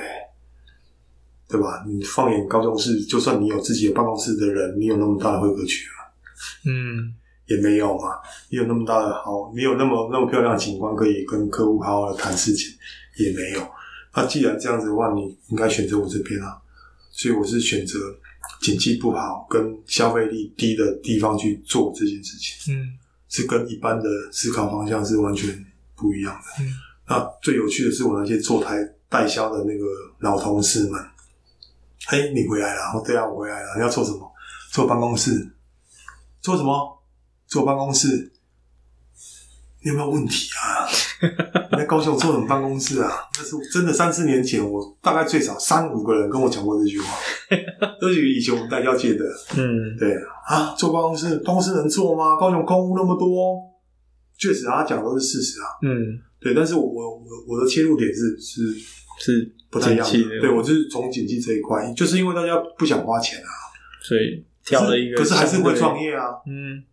[SPEAKER 1] 对吧？你放眼高雄市，就算你有自己的办公室的人，你有那么大的会客区吗
[SPEAKER 2] 嗯
[SPEAKER 1] 也没有嘛，你有那么大的好，你有那么那么漂亮的景观可以跟客户好好的谈事情，也没有。那既然这样子的话，你应该选择我这边啊，所以我是选择景气不好跟消费力低的地方去做这件事情，
[SPEAKER 2] 嗯
[SPEAKER 1] 是跟一般的思考方向是完全不一样的。
[SPEAKER 2] 嗯
[SPEAKER 1] 那最有趣的是我那些做台代销的那个老同事们，哎、你回来了？哦对啊，我回来了。你要做什么？做办公室。做什么？做办公室。你有没有问题啊？你在高雄做什么办公室啊？那是真的三四年前，我大概最少三五个人跟我讲过这句话，都是以前我们代教界的。
[SPEAKER 2] 嗯
[SPEAKER 1] 对啊，做办公室，办公室能做吗？高雄空屋那么多，确实啊他讲的都是事实啊。
[SPEAKER 2] 嗯，
[SPEAKER 1] 对，但是我我我我的切入点是是
[SPEAKER 2] 是
[SPEAKER 1] 不太一样
[SPEAKER 2] 景气
[SPEAKER 1] 的，
[SPEAKER 2] 的
[SPEAKER 1] 对我就是从经济这一块，就是因为大家不想花钱啊，
[SPEAKER 2] 所以挑了一个
[SPEAKER 1] 可是可是还是会创
[SPEAKER 2] 业，
[SPEAKER 1] 业啊，
[SPEAKER 2] 嗯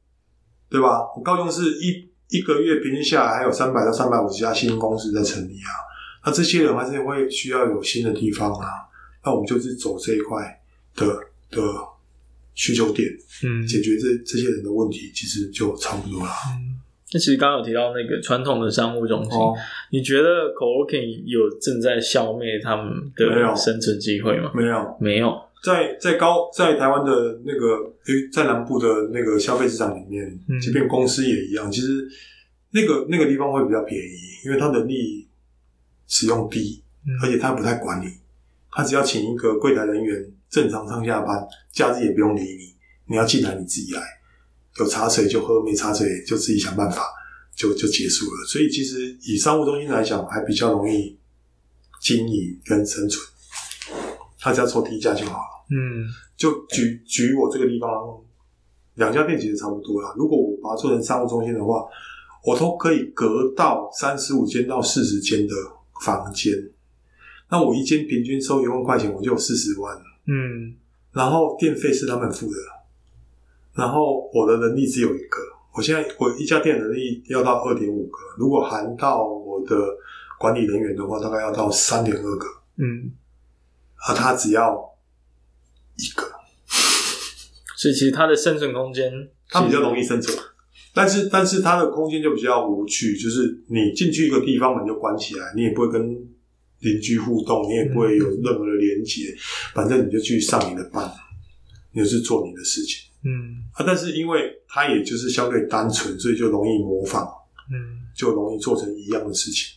[SPEAKER 1] 对吧？我高雄市一一个月平均下来还有三百到三百五十家新公司在成立啊，那这些人还是会需要有新的地方啊，那我们就是走这一块的的需求点，
[SPEAKER 2] 嗯，
[SPEAKER 1] 解决这这些人的问题，其实就差不多了。
[SPEAKER 2] 那其实刚刚有提到那个传统的商务中心，
[SPEAKER 1] 哦，
[SPEAKER 2] 你觉得 coworking 有正在消灭他们
[SPEAKER 1] 没有
[SPEAKER 2] 的生存机会吗？
[SPEAKER 1] 没有，
[SPEAKER 2] 没有，
[SPEAKER 1] 在在高在台湾的那个诶在南部的那个消费市场里面
[SPEAKER 2] 嗯，
[SPEAKER 1] 即便公司也一样，其实那个那个地方会比较便宜，因为它人力使用低，
[SPEAKER 2] 嗯
[SPEAKER 1] 而且他不太管你，他只要请一个柜台人员正常上下班，假日也不用理你，你要进来你自己来，有茶水就喝，没茶水就自己想办法，就就结束了。所以其实以商务中心来讲，还比较容易经营跟生存，他只要抽低价就好了。
[SPEAKER 2] 嗯
[SPEAKER 1] 就举举我这个地方，两家店其实差不多啦。如果我把它做成商务中心的话，我都可以隔到三十五间到四十间的房间。那我一间平均收一万块钱，我就有四十万了。
[SPEAKER 2] 嗯
[SPEAKER 1] 然后电费是他们付的，然后我的能力只有一个。我现在我一家店能力要到二点五个，如果含到我的管理人员的话，大概要到三点二个。
[SPEAKER 2] 嗯，
[SPEAKER 1] 啊，他只要一个，
[SPEAKER 2] 所以其实它的生存空间，
[SPEAKER 1] 它比较容易生存。但是，但是它的空间就比较无趣，就是你进去一个地方门就关起来，你也不会跟邻居互动，你也不会有任何的连接，反正你就去上你的班，你就是做你的事情
[SPEAKER 2] 嗯
[SPEAKER 1] 啊。但是因为它也就是相对单纯，所以就容易模仿，
[SPEAKER 2] 嗯
[SPEAKER 1] 就容易做成一样的事情，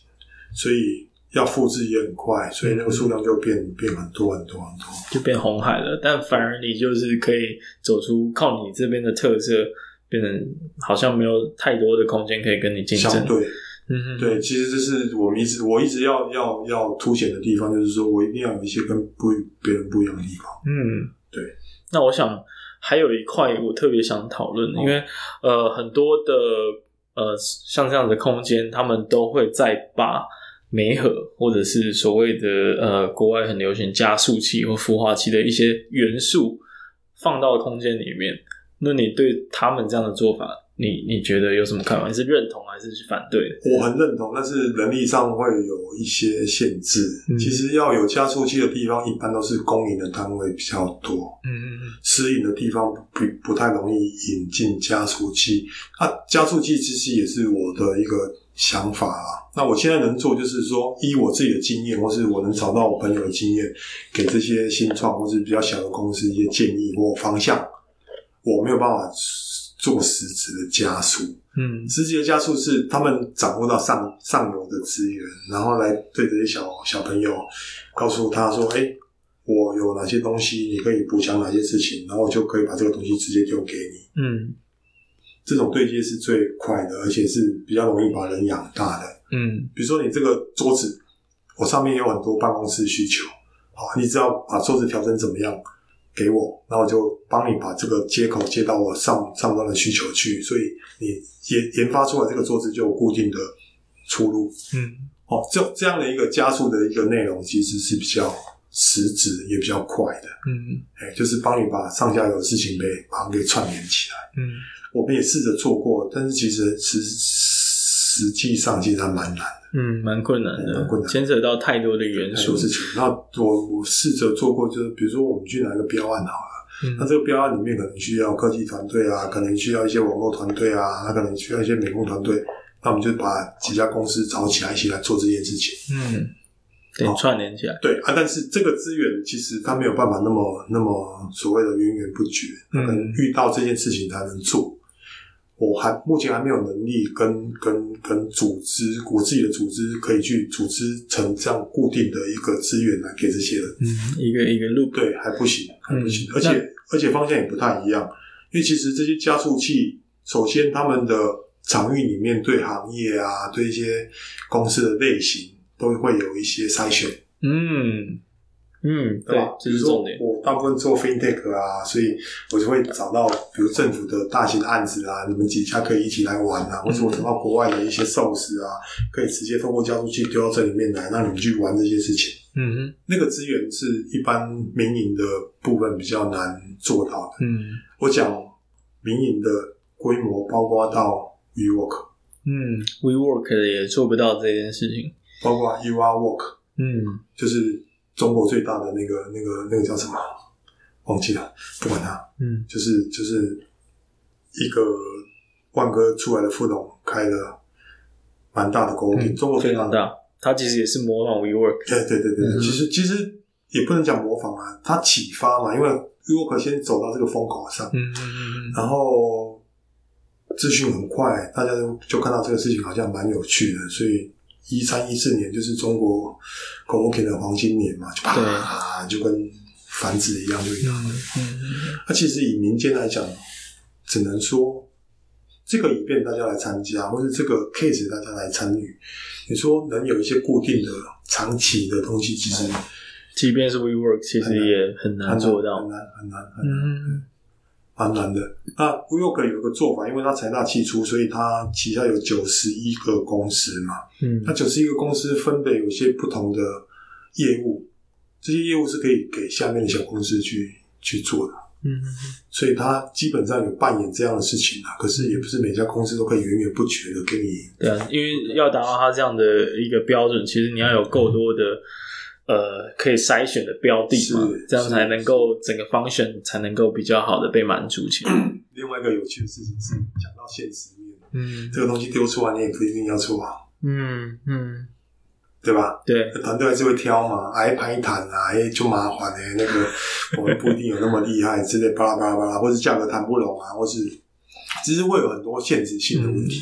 [SPEAKER 1] 所以要复制也很快，所以那个数量就变变很多很多很多。
[SPEAKER 2] 就变红海了。但反而你就是可以走出靠你这边的特色，变成好像没有太多的空间可以跟你竞
[SPEAKER 1] 相
[SPEAKER 2] 争。
[SPEAKER 1] 对
[SPEAKER 2] 嗯哼，
[SPEAKER 1] 对，其实这是我们一直我一直要要要凸显的地方，就是说我一定要有一些跟不别人不一样的地方。
[SPEAKER 2] 嗯，
[SPEAKER 1] 对。
[SPEAKER 2] 那我想还有一块我特别想讨论，因为呃很多的呃像这样的空间，他们都会再把媒合或者是所谓的呃国外很流行加速器或孵化器的一些元素放到空间里面。那你对他们这样的做法，你你觉得有什么看法？你是认同还是反对的？
[SPEAKER 1] 我很认同，但是能力上会有一些限制。
[SPEAKER 2] 嗯
[SPEAKER 1] 其实要有加速器的地方，一般都是公营的单位比较多，
[SPEAKER 2] 嗯嗯嗯。
[SPEAKER 1] 私营的地方不不太容易引进加速器。啊，加速器其实也是我的一个想法啊。那我现在能做就是说，依我自己的经验，或是我能找到我朋友的经验，给这些新创或是比较小的公司一些建议或方向。我没有办法做实质的加速，
[SPEAKER 2] 嗯
[SPEAKER 1] 实际的加速是他们掌握到上上游的资源，然后来对这些小小朋友告诉他说：“哎、我有哪些东西，你可以补强哪些事情，然后我就可以把这个东西直接丢给你。
[SPEAKER 2] 嗯”
[SPEAKER 1] 这种对接是最快的，而且是比较容易把人养大的。
[SPEAKER 2] 嗯
[SPEAKER 1] 比如说你这个桌子，我上面有很多办公室需求，好，你只要把桌子调整怎么样给我，那我就帮你把这个接口接到我上上端的需求去，所以你研研发出来这个桌子就有固定的出路。
[SPEAKER 2] 嗯
[SPEAKER 1] 哦，这这样的一个加速的一个内容，其实是比较实质也比较快的，
[SPEAKER 2] 嗯
[SPEAKER 1] 哎，就是帮你把上下游的事情给把它给串联起来。
[SPEAKER 2] 嗯
[SPEAKER 1] 我们也试着做过，但是其实实实际上其实还蛮难。
[SPEAKER 2] 嗯，蛮困难的
[SPEAKER 1] 蛮困，难
[SPEAKER 2] 牵扯到太多的元
[SPEAKER 1] 很多
[SPEAKER 2] 素。
[SPEAKER 1] 事情。哎那我我试着做过，就是比如说我们去拿一个标案好了，
[SPEAKER 2] 嗯
[SPEAKER 1] 那这个标案里面可能需要科技团队啊，可能需要一些网络团队啊，那可能需要一些美工团队，那我们就把几家公司找起来一起来做这件事情。
[SPEAKER 2] 嗯，得
[SPEAKER 1] 好
[SPEAKER 2] 串联起来。
[SPEAKER 1] 对啊，但是这个资源其实它没有办法那么那么所谓的源源不绝，
[SPEAKER 2] 嗯
[SPEAKER 1] 可能遇到这件事情才能做。我还目前还没有能力跟跟跟组织我自己的组织可以去组织成这样固定的一个资源来给这些人。
[SPEAKER 2] 嗯，一个一个 loop。
[SPEAKER 1] 对，还不行，还不行，
[SPEAKER 2] 嗯
[SPEAKER 1] 而且
[SPEAKER 2] 那
[SPEAKER 1] 而且方向也不太一样，因为其实这些加速器，首先他们的场域里面对行业啊，对一些公司的类型都会有一些筛选，
[SPEAKER 2] 嗯嗯，
[SPEAKER 1] 对
[SPEAKER 2] 对
[SPEAKER 1] 吧？，
[SPEAKER 2] 这
[SPEAKER 1] 比
[SPEAKER 2] 是
[SPEAKER 1] 如说
[SPEAKER 2] 重点。
[SPEAKER 1] 我大部分做 fintech 啊，所以我就会找到比如政府的大型案子啊，你们几家可以一起来玩
[SPEAKER 2] 嗯
[SPEAKER 1] 啊，或者我找到国外的一些寿司啊，可以直接透过加速器丢到这里面来，让你们去玩这些事情。
[SPEAKER 2] 嗯哼
[SPEAKER 1] 那个资源是一般民营的部分比较难做到的。
[SPEAKER 2] 嗯
[SPEAKER 1] 我讲民营的规模，包括到 WeWork，
[SPEAKER 2] 嗯，WeWork 也做不到这件事情。
[SPEAKER 1] 包括 u r Work，
[SPEAKER 2] 嗯
[SPEAKER 1] 就是中国最大的那个那个那个叫什么？忘记了，不管它，
[SPEAKER 2] 嗯
[SPEAKER 1] 就是就是一个万哥出来的副总开的蛮大的公司，
[SPEAKER 2] 嗯，
[SPEAKER 1] 中国最
[SPEAKER 2] 非
[SPEAKER 1] 大
[SPEAKER 2] 常
[SPEAKER 1] 的。
[SPEAKER 2] 大，它其实也是模仿 WeWork。
[SPEAKER 1] 对对对对，
[SPEAKER 2] 嗯
[SPEAKER 1] 对，其实其实也不能讲模仿啊，它启发嘛，因为 WeWork 先走到这个风口上，
[SPEAKER 2] 嗯嗯
[SPEAKER 1] 然后资讯很快，大家就就看到这个事情好像蛮有趣的，所以一三一四年就是中国 c o o k 的黄金年嘛，就啪，就跟繁殖一样就一
[SPEAKER 2] 嗯
[SPEAKER 1] 样。
[SPEAKER 2] 嗯
[SPEAKER 1] 那、其实以民间来讲，只能说这个以便大家来参加，或是这个 case 大家来参与。你说能有一些固定的、长期的东西，其实
[SPEAKER 2] 即便是 WeWork，其实也嗯很
[SPEAKER 1] 很
[SPEAKER 2] 难
[SPEAKER 1] 难
[SPEAKER 2] 做
[SPEAKER 1] 很
[SPEAKER 2] 到。
[SPEAKER 1] 难很难很难。
[SPEAKER 2] 嗯
[SPEAKER 1] 蛮难的。那 WeWork 有一个做法，因为它财大气粗，所以它旗下有九十一个公司嘛。
[SPEAKER 2] 嗯
[SPEAKER 1] 那九十一个公司分别有一些不同的业务，这些业务是可以给下面的小公司去去做的。
[SPEAKER 2] 嗯
[SPEAKER 1] 所以它基本上有扮演这样的事情啊，可是也不是每家公司都可以源源不绝的给你。
[SPEAKER 2] 对啊，因为要达到它这样的一个标准，其实你要有够多的呃可以筛选的标的嘛
[SPEAKER 1] 是，
[SPEAKER 2] 这样
[SPEAKER 1] 是
[SPEAKER 2] 才能够整个 function 才能够比较好的被满足起来。
[SPEAKER 1] 另外一个有趣的事情是讲到现实面，
[SPEAKER 2] 嗯
[SPEAKER 1] 这个东西丢出来你也不一定要做好，
[SPEAKER 2] 嗯嗯，
[SPEAKER 1] 对吧？
[SPEAKER 2] 对，
[SPEAKER 1] 团队还是会挑嘛，哎排谈啊，哎就麻烦哎、那个我们不一定有那么厉害之类，巴拉巴拉巴拉，或是价格谈不拢啊，或是其实会有很多限制性的问题、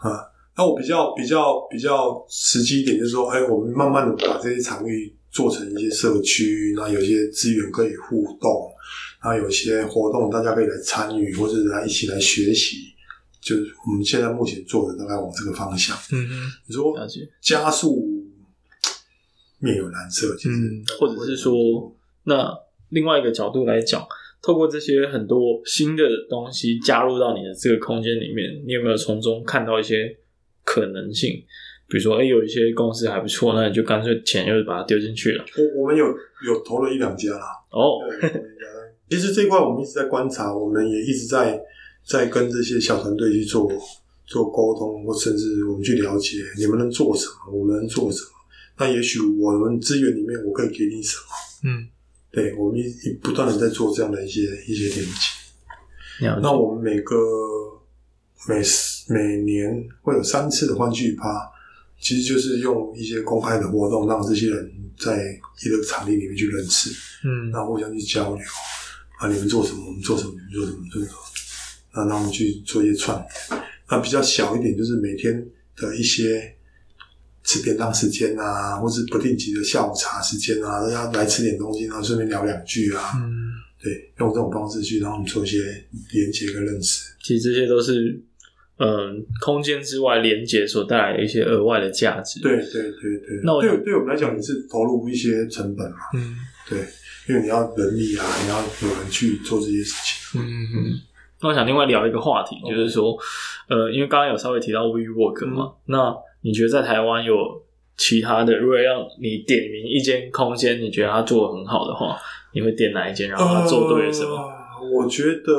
[SPEAKER 1] 啊。那我比较比较比较实际一点，就是说，哎、我们慢慢的把这些场域做成一些社区，那有些资源可以互动，那有些活动大家可以来参与，或者来一起来学习。就是我们现在目前做的大概往这个方向。
[SPEAKER 2] 嗯哼，
[SPEAKER 1] 你说
[SPEAKER 2] 了解。
[SPEAKER 1] 加速面有难色，其实
[SPEAKER 2] 嗯，或者是说，那另外一个角度来讲，透过这些很多新的东西加入到你的这个空间里面，你有没有从中看到一些可能性？比如说，哎、有一些公司还不错，那你就干脆钱又把它丢进去了。
[SPEAKER 1] 我我们有有投了一两家啦。
[SPEAKER 2] 哦，
[SPEAKER 1] 对投了一两家其实这一块我们一直在观察，我们也一直在在跟这些小团队去做做沟通，或甚至我们去了解你们能做什么，我们能做什么。那也许我们资源里面我可以给你什么？
[SPEAKER 2] 嗯，
[SPEAKER 1] 对，我们一一不断的在做这样的一些一些连接。
[SPEAKER 2] 了解
[SPEAKER 1] 那我们每个每每年会有三次的欢聚趴，其实就是用一些公开的活动，让这些人在一个场地里面去认识，
[SPEAKER 2] 嗯
[SPEAKER 1] 那互相去交流啊，你们做什么，我们做什么，你们做什么，做什么，那让我们去做一些串联。那比较小一点，就是每天的一些吃便当时间啊，或是不定期的下午茶时间啊，大家来吃点东西，然后顺便聊两句啊，
[SPEAKER 2] 嗯，
[SPEAKER 1] 对，用这种方式去让我们做一些连接跟认识。
[SPEAKER 2] 其实这些都是嗯，空间之外连接所带来的一些额外的价值。，
[SPEAKER 1] 对对对对，
[SPEAKER 2] 那我
[SPEAKER 1] 对
[SPEAKER 2] 想
[SPEAKER 1] 对我们来讲也是投入一些成本嘛，
[SPEAKER 2] 嗯
[SPEAKER 1] 对，因为你要人力啊，你要有人去做这些事情。
[SPEAKER 2] 嗯嗯嗯。那我想另外聊一个话题，就是说，呃，因为刚刚有稍微提到 WeWork 嘛，那你觉得在台湾有其他的，如果要你点名一间空间，你觉得它做的很好的话，你会点哪一间？然后它做对了什么？
[SPEAKER 1] 呃我觉得，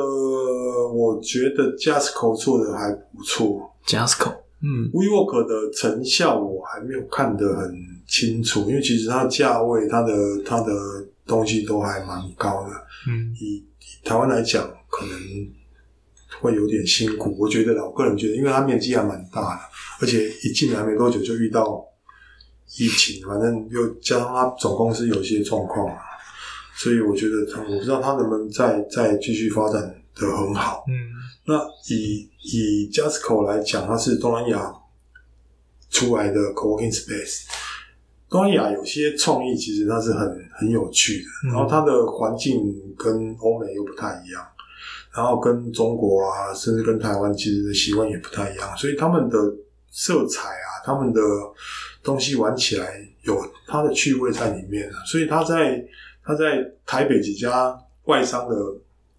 [SPEAKER 1] 我觉得 Jasco 做的还不错
[SPEAKER 2] Jasco，嗯
[SPEAKER 1] ，WeWork 的成效我还没有看得很清楚，因为其实它价位、它的它的东西都还蛮高的。
[SPEAKER 2] 嗯
[SPEAKER 1] 以以台湾来讲，可能会有点辛苦。我觉得啦，我个人觉得，因为它面积还蛮大的，而且一进来没多久就遇到疫情，反正又加上它总公司有一些状况啊，所以我觉得它，我不知道它能不能再再继续发展的很好。
[SPEAKER 2] 嗯
[SPEAKER 1] 那以以 Jasco 来讲，它是东南亚出来的 co-working space。东南亚有些创意其实它是很很有趣的，
[SPEAKER 2] 嗯
[SPEAKER 1] 然后它的环境跟欧美又不太一样，然后跟中国啊，甚至跟台湾其实的习惯也不太一样，所以他们的色彩啊，他们的东西玩起来有它的趣味在里面，啊所以它在它在台北几家外商的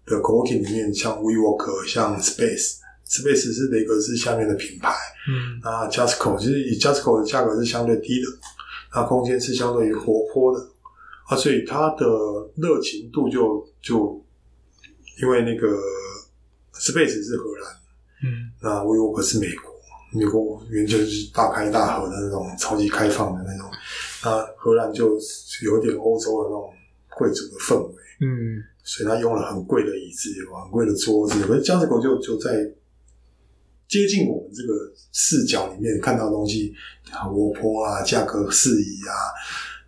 [SPEAKER 1] 的 co-working 里面，像 WeWork、像 Space。Space 是雷格斯下面的品牌，
[SPEAKER 2] 嗯
[SPEAKER 1] 那 Jasco 其实以 Jasco 的价格是相对低的，那空间是相对于活泼的啊，所以它的热情度就就因为那个 Space 是荷兰，
[SPEAKER 2] 嗯
[SPEAKER 1] 那 WeWork 是美国，美国原全是大开大合的那种超级开放的那种，那荷兰就有点欧洲的那种贵族的氛围。
[SPEAKER 2] 嗯
[SPEAKER 1] 所以他用了很贵的椅子，有很贵的桌子。可是江子狗就就在接近我们这个视角里面看到的东西，很活泼啊，价格适宜啊，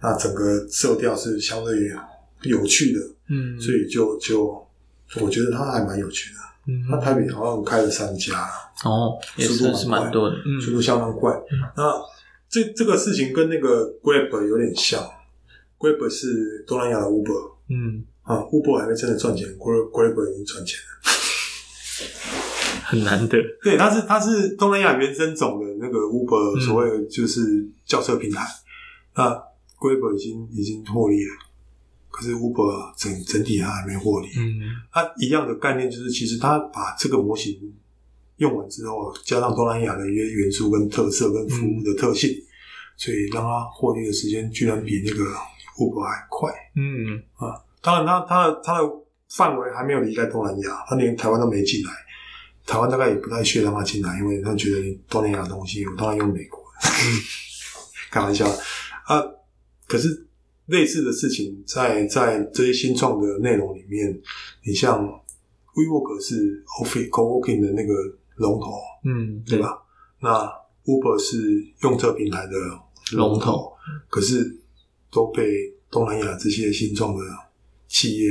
[SPEAKER 1] 那整个色调是相对有趣的，
[SPEAKER 2] 嗯，
[SPEAKER 1] 所以就就我觉得它还蛮有趣的。
[SPEAKER 2] 嗯
[SPEAKER 1] 它台北好像开了三家，
[SPEAKER 2] 哦也
[SPEAKER 1] 速度
[SPEAKER 2] 算
[SPEAKER 1] 蛮
[SPEAKER 2] 是蛮
[SPEAKER 1] 快
[SPEAKER 2] 多的，嗯
[SPEAKER 1] 速度相当快。那这这个事情跟那个 Grab 有点像，Grab 是东南亚的 Uber。
[SPEAKER 2] 嗯
[SPEAKER 1] 啊，Uber 还没真的赚钱，Grab Grab 已经赚钱了。
[SPEAKER 2] 很难得，
[SPEAKER 1] 对，它是它是东南亚原生种的那个 Uber
[SPEAKER 2] 嗯
[SPEAKER 1] 所谓的就是轿车平台，那 Grab 已经已经获利了，可是 Uber 整整体它还没获利。
[SPEAKER 2] 嗯
[SPEAKER 1] 它一样的概念就是，其实它把这个模型用完之后，啊加上东南亚的一些元素跟特色跟服务
[SPEAKER 2] 嗯
[SPEAKER 1] 的特性，所以让它获利的时间居然比那个 Uber 还快。
[SPEAKER 2] 嗯
[SPEAKER 1] 当然它，它的它的范围还没有离开东南亚，它连台湾都没进来。台湾大概也不太屑让它进来，因为他嗯觉得东南亚的东西，我当然用美国的。开玩笑啊可是类似的事情在在这些新创的内容里面，你像 WeWork 是 Office Co-working 的那个龙头，
[SPEAKER 2] 嗯，
[SPEAKER 1] 对吧？那 Uber 是用车平台的龙
[SPEAKER 2] 龙
[SPEAKER 1] 头
[SPEAKER 2] 头，
[SPEAKER 1] 可是都被东南亚这些新创的企业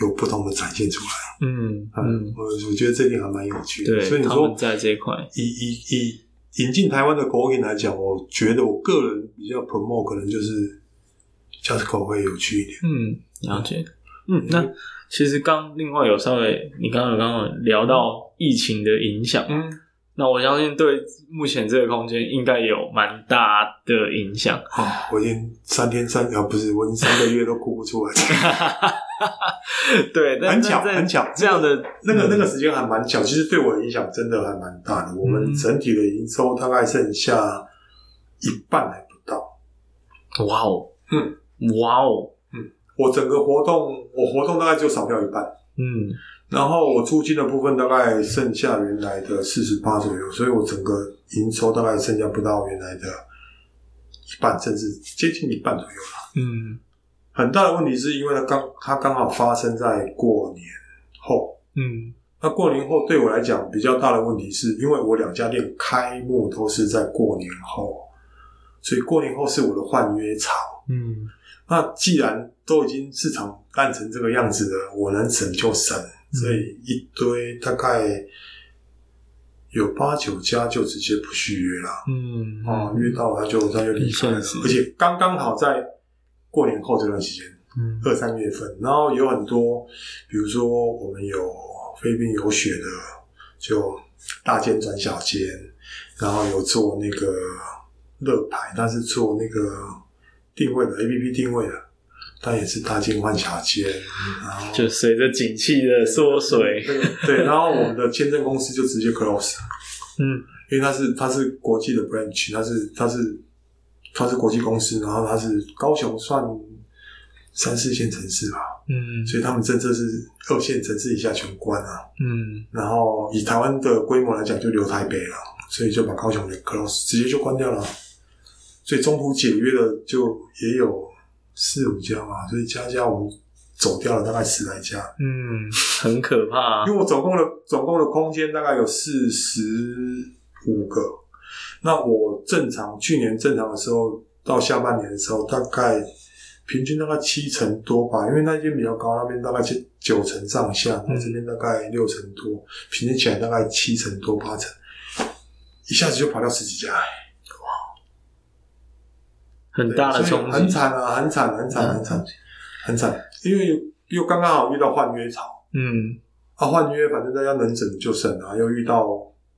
[SPEAKER 1] 有不同的展现出来。
[SPEAKER 2] 嗯
[SPEAKER 1] 嗯
[SPEAKER 2] 嗯，，
[SPEAKER 1] 我我觉得这点还蛮有趣的。
[SPEAKER 2] 对，
[SPEAKER 1] 所以你
[SPEAKER 2] 他
[SPEAKER 1] 说
[SPEAKER 2] 们在这一块，
[SPEAKER 1] 以以以引进台湾的国营来讲，我觉得我个人比较 promote 可能就是 Justco 会有趣一点。
[SPEAKER 2] 嗯，了解。嗯，那其实刚另外有稍微，你刚刚有刚刚有聊到疫情的影响，
[SPEAKER 1] 嗯，
[SPEAKER 2] 那我相信对目前这个空间应该有蛮大的影响。
[SPEAKER 1] 好、我已经三天三啊，不是，我已经三个月都哭不 出来。
[SPEAKER 2] 对，但
[SPEAKER 1] 很巧
[SPEAKER 2] 但在
[SPEAKER 1] 很巧
[SPEAKER 2] 这样的
[SPEAKER 1] 那个那个
[SPEAKER 2] 嗯
[SPEAKER 1] 时间还蛮巧，其实对我的影响真的还蛮大的。我们整体的营收大概剩下一半还不到。
[SPEAKER 2] 哇哦，
[SPEAKER 1] 嗯，
[SPEAKER 2] 哇哦，
[SPEAKER 1] 我整个活动，我活动大概就少掉一半，
[SPEAKER 2] 嗯
[SPEAKER 1] 然后我租金的部分大概剩下原来的四十八左右，所以我整个营收大概剩下不到原来的一半，甚至接近一半左右了。
[SPEAKER 2] 嗯
[SPEAKER 1] 很大的问题是因为它刚它刚好发生在过年后，
[SPEAKER 2] 嗯
[SPEAKER 1] 那过年后对我来讲比较大的问题是，因为我两家店开幕都是在过年后，所以过年后是我的换约潮。
[SPEAKER 2] 嗯
[SPEAKER 1] 那既然都已经市场烂成这个样子了，我能省就省，
[SPEAKER 2] 嗯
[SPEAKER 1] 所以一堆大概有八九家就直接不续约了。
[SPEAKER 2] 嗯，
[SPEAKER 1] 哦、约到了他就他就离开了
[SPEAKER 2] 很现实，
[SPEAKER 1] 而且刚刚好在过年后这段时间，
[SPEAKER 2] 嗯
[SPEAKER 1] 二三月份，然后有很多，比如说我们有菲律宾有雪的，就大间转小间，然后有做那个乐牌，它是做那个定位的 A P P 定位的，它也是大间换小间，然后
[SPEAKER 2] 就随着景气的缩水，
[SPEAKER 1] 对，然后我们的签证公司就直接 close，
[SPEAKER 2] 嗯
[SPEAKER 1] 因为它是它是国际的 branch，它是它是它是国际公司，然后它是高雄算三四线城市吧。
[SPEAKER 2] 嗯
[SPEAKER 1] 所以他们政策是二线城市以下全关啊。
[SPEAKER 2] 嗯
[SPEAKER 1] 然后以台湾的规模来讲，就留台北了，所以就把高雄的 close 直接就关掉了。所以中途解约的就也有四五家嘛，所以加加我们走掉了大概十来家，
[SPEAKER 2] 嗯，很可怕、啊
[SPEAKER 1] 因为我总共的总共的空间大概有四十五个。那我正常去年正常的时候，到下半年的时候，大概平均大概七成多吧，因为那边比较高，那边大概九九成上下，
[SPEAKER 2] 嗯
[SPEAKER 1] 那这边大概六成多，平均起来大概七成多八成，一下子就跑到十几家，
[SPEAKER 2] 很大的
[SPEAKER 1] 对所以
[SPEAKER 2] 冲
[SPEAKER 1] 很
[SPEAKER 2] 击。嗯
[SPEAKER 1] 惨啊，很惨，很惨，很惨，很惨，因为又刚刚好遇到换约潮。
[SPEAKER 2] 嗯
[SPEAKER 1] 啊，换约反正大家能省就省啊，又遇到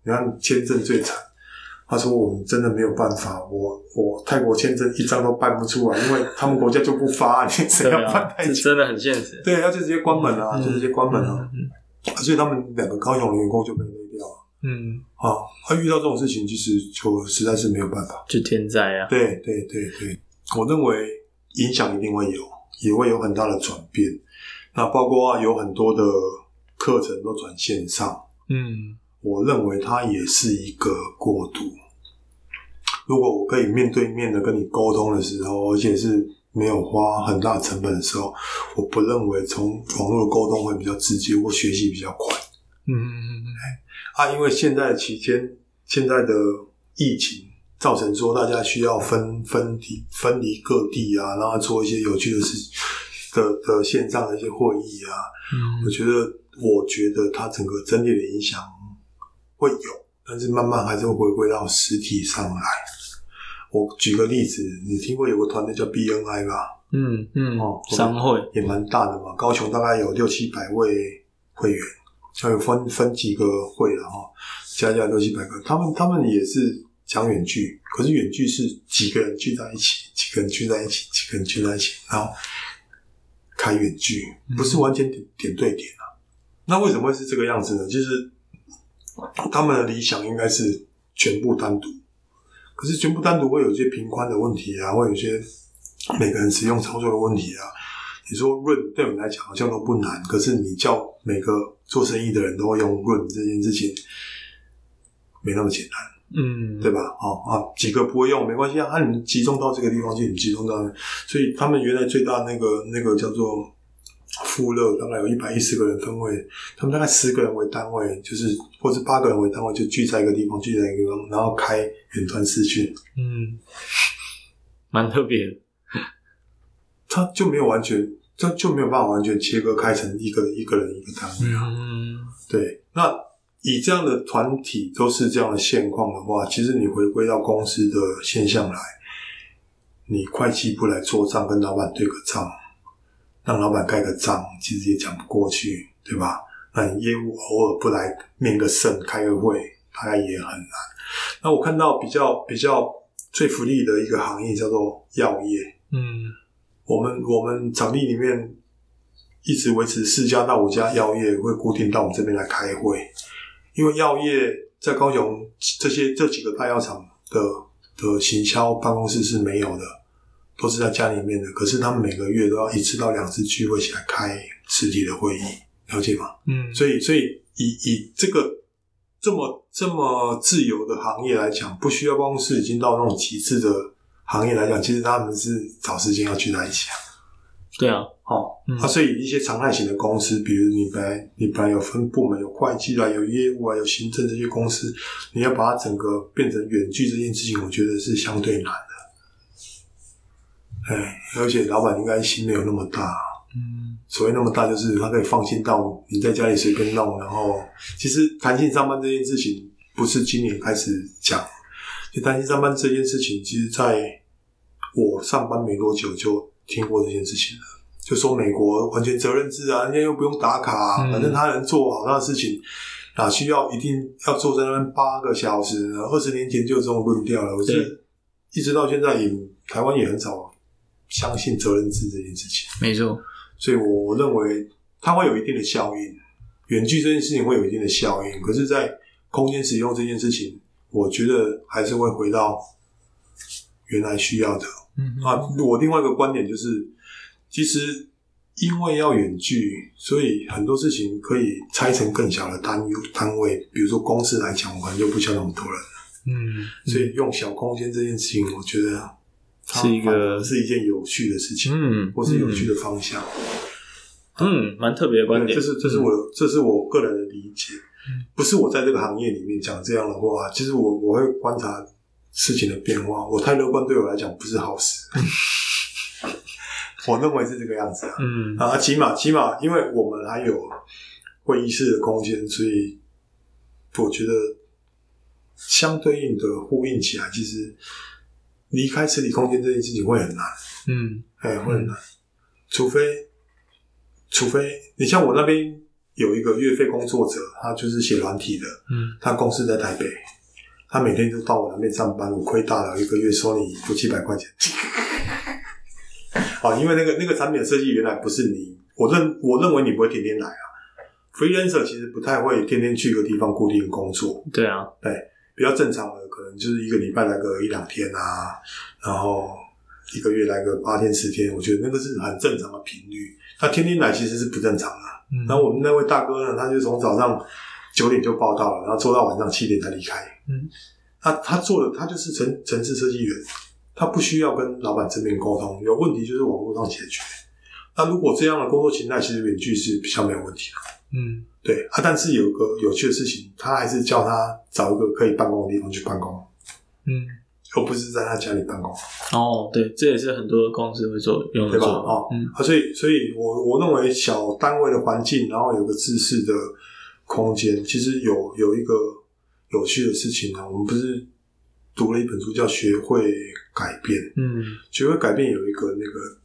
[SPEAKER 1] 你看签证最惨。他说：“我们真的没有办法，我我泰国签证一张都办不出来，因为他们国家就不发， 你谁
[SPEAKER 2] 对
[SPEAKER 1] 要
[SPEAKER 2] 啊
[SPEAKER 1] 办，泰
[SPEAKER 2] 这
[SPEAKER 1] 签？
[SPEAKER 2] 真的很现实。
[SPEAKER 1] 对，他就直接关门啊，
[SPEAKER 2] 嗯
[SPEAKER 1] 就直接关门啊。所以他们两个高雄的员工就被勒掉了
[SPEAKER 2] 嗯，
[SPEAKER 1] 啊。他遇到这种事情，其实就实在是没有办法。
[SPEAKER 2] 就天灾啊。
[SPEAKER 1] 对对对对，我认为影响一定会有，也会有很大的转变。那包括啊有很多的课程都转线上。”
[SPEAKER 2] 嗯
[SPEAKER 1] 我认为它也是一个过渡。如果我可以面对面的跟你沟通的时候，而且是没有花很大成本的时候，我不认为从网络的沟通会比较直接或学习比较快
[SPEAKER 2] 嗯嗯嗯
[SPEAKER 1] 啊。因为现在的期间，现在的疫情造成说大家需要分分离分离各地啊，然后做一些有趣的事的的线上的一些会议啊，
[SPEAKER 2] 嗯
[SPEAKER 1] 我觉得，我觉得它整个整体的影响会有，但是慢慢还是会回归到实体上来。我举个例子，你听过有个团队叫 BNI 吧，
[SPEAKER 2] 嗯嗯
[SPEAKER 1] 哦我们
[SPEAKER 2] 商会，
[SPEAKER 1] 也蛮大的嘛，高雄大概有六七百位会员，还有分分几个会了哈，加起来六七百个。他们他们也是讲远距，可是远距是几个人聚在一起，几个人聚在一起，几个人聚在一起，然后开远距，不是完全点点对点。啊那为什么会是这个样子呢？就是他们的理想应该是全部单独，可是全部单独会有一些频宽的问题啊，会有一些每个人使用操作的问题啊。你说润对我们来讲好像都不难，可是你叫每个做生意的人都会用润这件事情，没那么简单。
[SPEAKER 2] 嗯，
[SPEAKER 1] 对吧？哦啊，几个不会用没关系啊，那、你们集中到这个地方去，你集中到那，所以他们原来最大那个那个叫做富勒，大概有一百一十个人分位，他们大概十个人为单位，就是或是八个人为单位，就聚在一个地方，聚在一个地方，然后开远端视讯，
[SPEAKER 2] 嗯，蛮特别的。
[SPEAKER 1] 他就没有完全，他就没有办法完全切割开成一个一个人一个单位啊。
[SPEAKER 2] 嗯
[SPEAKER 1] 对，那以这样的团体都是这样的现况的话，其实你回归到公司的现象来，你会计不来做账，跟老板对个账，让老板盖个章，其实也讲不过去，对吧？那你业务偶尔不来面个圣，开个会，大概也很难。那我看到比较比较最福利的一个行业叫做药业，
[SPEAKER 2] 嗯
[SPEAKER 1] 我们我们场地里面一直维持四家到五家药业会固定到我们这边来开会，因为药业在高雄这些这几个大药厂的的行销办公室是没有的，都是在家里面的。可是他们每个月都要一次到两次聚会起来开实体的会议，了解吗？
[SPEAKER 2] 嗯，
[SPEAKER 1] 所以，所以以以这个这么这么自由的行业来讲，不需要办公室已经到那种极致的行业来讲，其实他们是找时间要聚在一起啊。
[SPEAKER 2] 对啊，
[SPEAKER 1] 哦，
[SPEAKER 2] 嗯
[SPEAKER 1] 啊，所以一些常态型的公司，比如你本来你本来有分部门，有会计啊，有业务啊，有行政这些公司，你要把它整个变成远距这件事情，我觉得是相对难的。哎，而且老板应该心没有那么大啊、
[SPEAKER 2] 嗯
[SPEAKER 1] 所谓那么大，就是他可以放心到你在家里随便弄。然后，其实弹性上班这件事情不是今年开始讲，就弹性上班这件事情，其实在我上班没多久就听过这件事情了。就说美国完全责任制啊，人家又不用打卡、啊
[SPEAKER 2] 嗯
[SPEAKER 1] 反正他能做好他的事情，哪需要一定要坐在那边八个小时呢？二十年前就有这种论调了，我
[SPEAKER 2] 对
[SPEAKER 1] 是一直到现在也台湾也很少相信责任制这件事情。
[SPEAKER 2] 没错，
[SPEAKER 1] 所以我认为它会有一定的效应，远距这件事情会有一定的效应。可是，在空间使用这件事情，我觉得还是会回到原来需要的。
[SPEAKER 2] 嗯
[SPEAKER 1] 啊，我另外一个观点就是，其实因为要远距，所以很多事情可以拆成更小的单单位，比如说公司来讲，我可能就不需要那么多人，
[SPEAKER 2] 嗯，
[SPEAKER 1] 所以用小空间这件事情，我觉得它
[SPEAKER 2] 是一个
[SPEAKER 1] 反而是一件有趣的事情，
[SPEAKER 2] 嗯，
[SPEAKER 1] 或是有趣的方向。
[SPEAKER 2] 嗯，蛮特别的观
[SPEAKER 1] 对
[SPEAKER 2] 点，嗯
[SPEAKER 1] 这是这是我这是我个人的理解，不是我在这个行业里面讲这样的话。其实我我会观察事情的变化，我太乐观对我来讲不是好事。我认为是这个样子啊，
[SPEAKER 2] 嗯，嗯
[SPEAKER 1] 啊，起码起码，因为我们还有会议室的空间，所以我觉得相对应的呼应起来，其实离开实体空间这件事情会很难。
[SPEAKER 2] 嗯
[SPEAKER 1] 哎、会很难。除非，除非你像我那边有一个月费工作者，他就是写软体的，
[SPEAKER 2] 嗯
[SPEAKER 1] 他公司在台北，他每天都到我那边上班，我亏大了，一个月收你六七百块钱。 哦，因为那个那个产品的设计原来不是你，我认我认为你不会天天来啊。freelancer 其实不太会天天去一个地方固定工作，
[SPEAKER 2] 对啊，
[SPEAKER 1] 比较正常的，可能就是一个礼拜来个一两天啊，然后一个月来个八天十天，我觉得那个是很正常的频率。他天天来其实是不正常的。
[SPEAKER 2] 嗯
[SPEAKER 1] 然后我们那位大哥呢，他就从早上九点就报到了，然后做到晚上七点才离开。
[SPEAKER 2] 嗯，
[SPEAKER 1] 他他做的他就是城城市设计员，他不需要跟老板正面沟通，有问题就是网络上解决。那如果这样的工作形态，其实远距是比较没有问题的。
[SPEAKER 2] 嗯
[SPEAKER 1] 对啊，但是有个有趣的事情，他还是叫他找一个可以办公的地方去办公，
[SPEAKER 2] 嗯，
[SPEAKER 1] 而不是在他家里办公啊。
[SPEAKER 2] 哦，对，这也是很多公司会做用的
[SPEAKER 1] 对吧
[SPEAKER 2] 做
[SPEAKER 1] 哦
[SPEAKER 2] 法，嗯
[SPEAKER 1] 所以，所以我我认为小单位的环境，然后有个自适的空间，其实有有一个有趣的事情呢、啊我们不是读了一本书叫《学会改变》，
[SPEAKER 2] 嗯
[SPEAKER 1] 学会改变有一个那个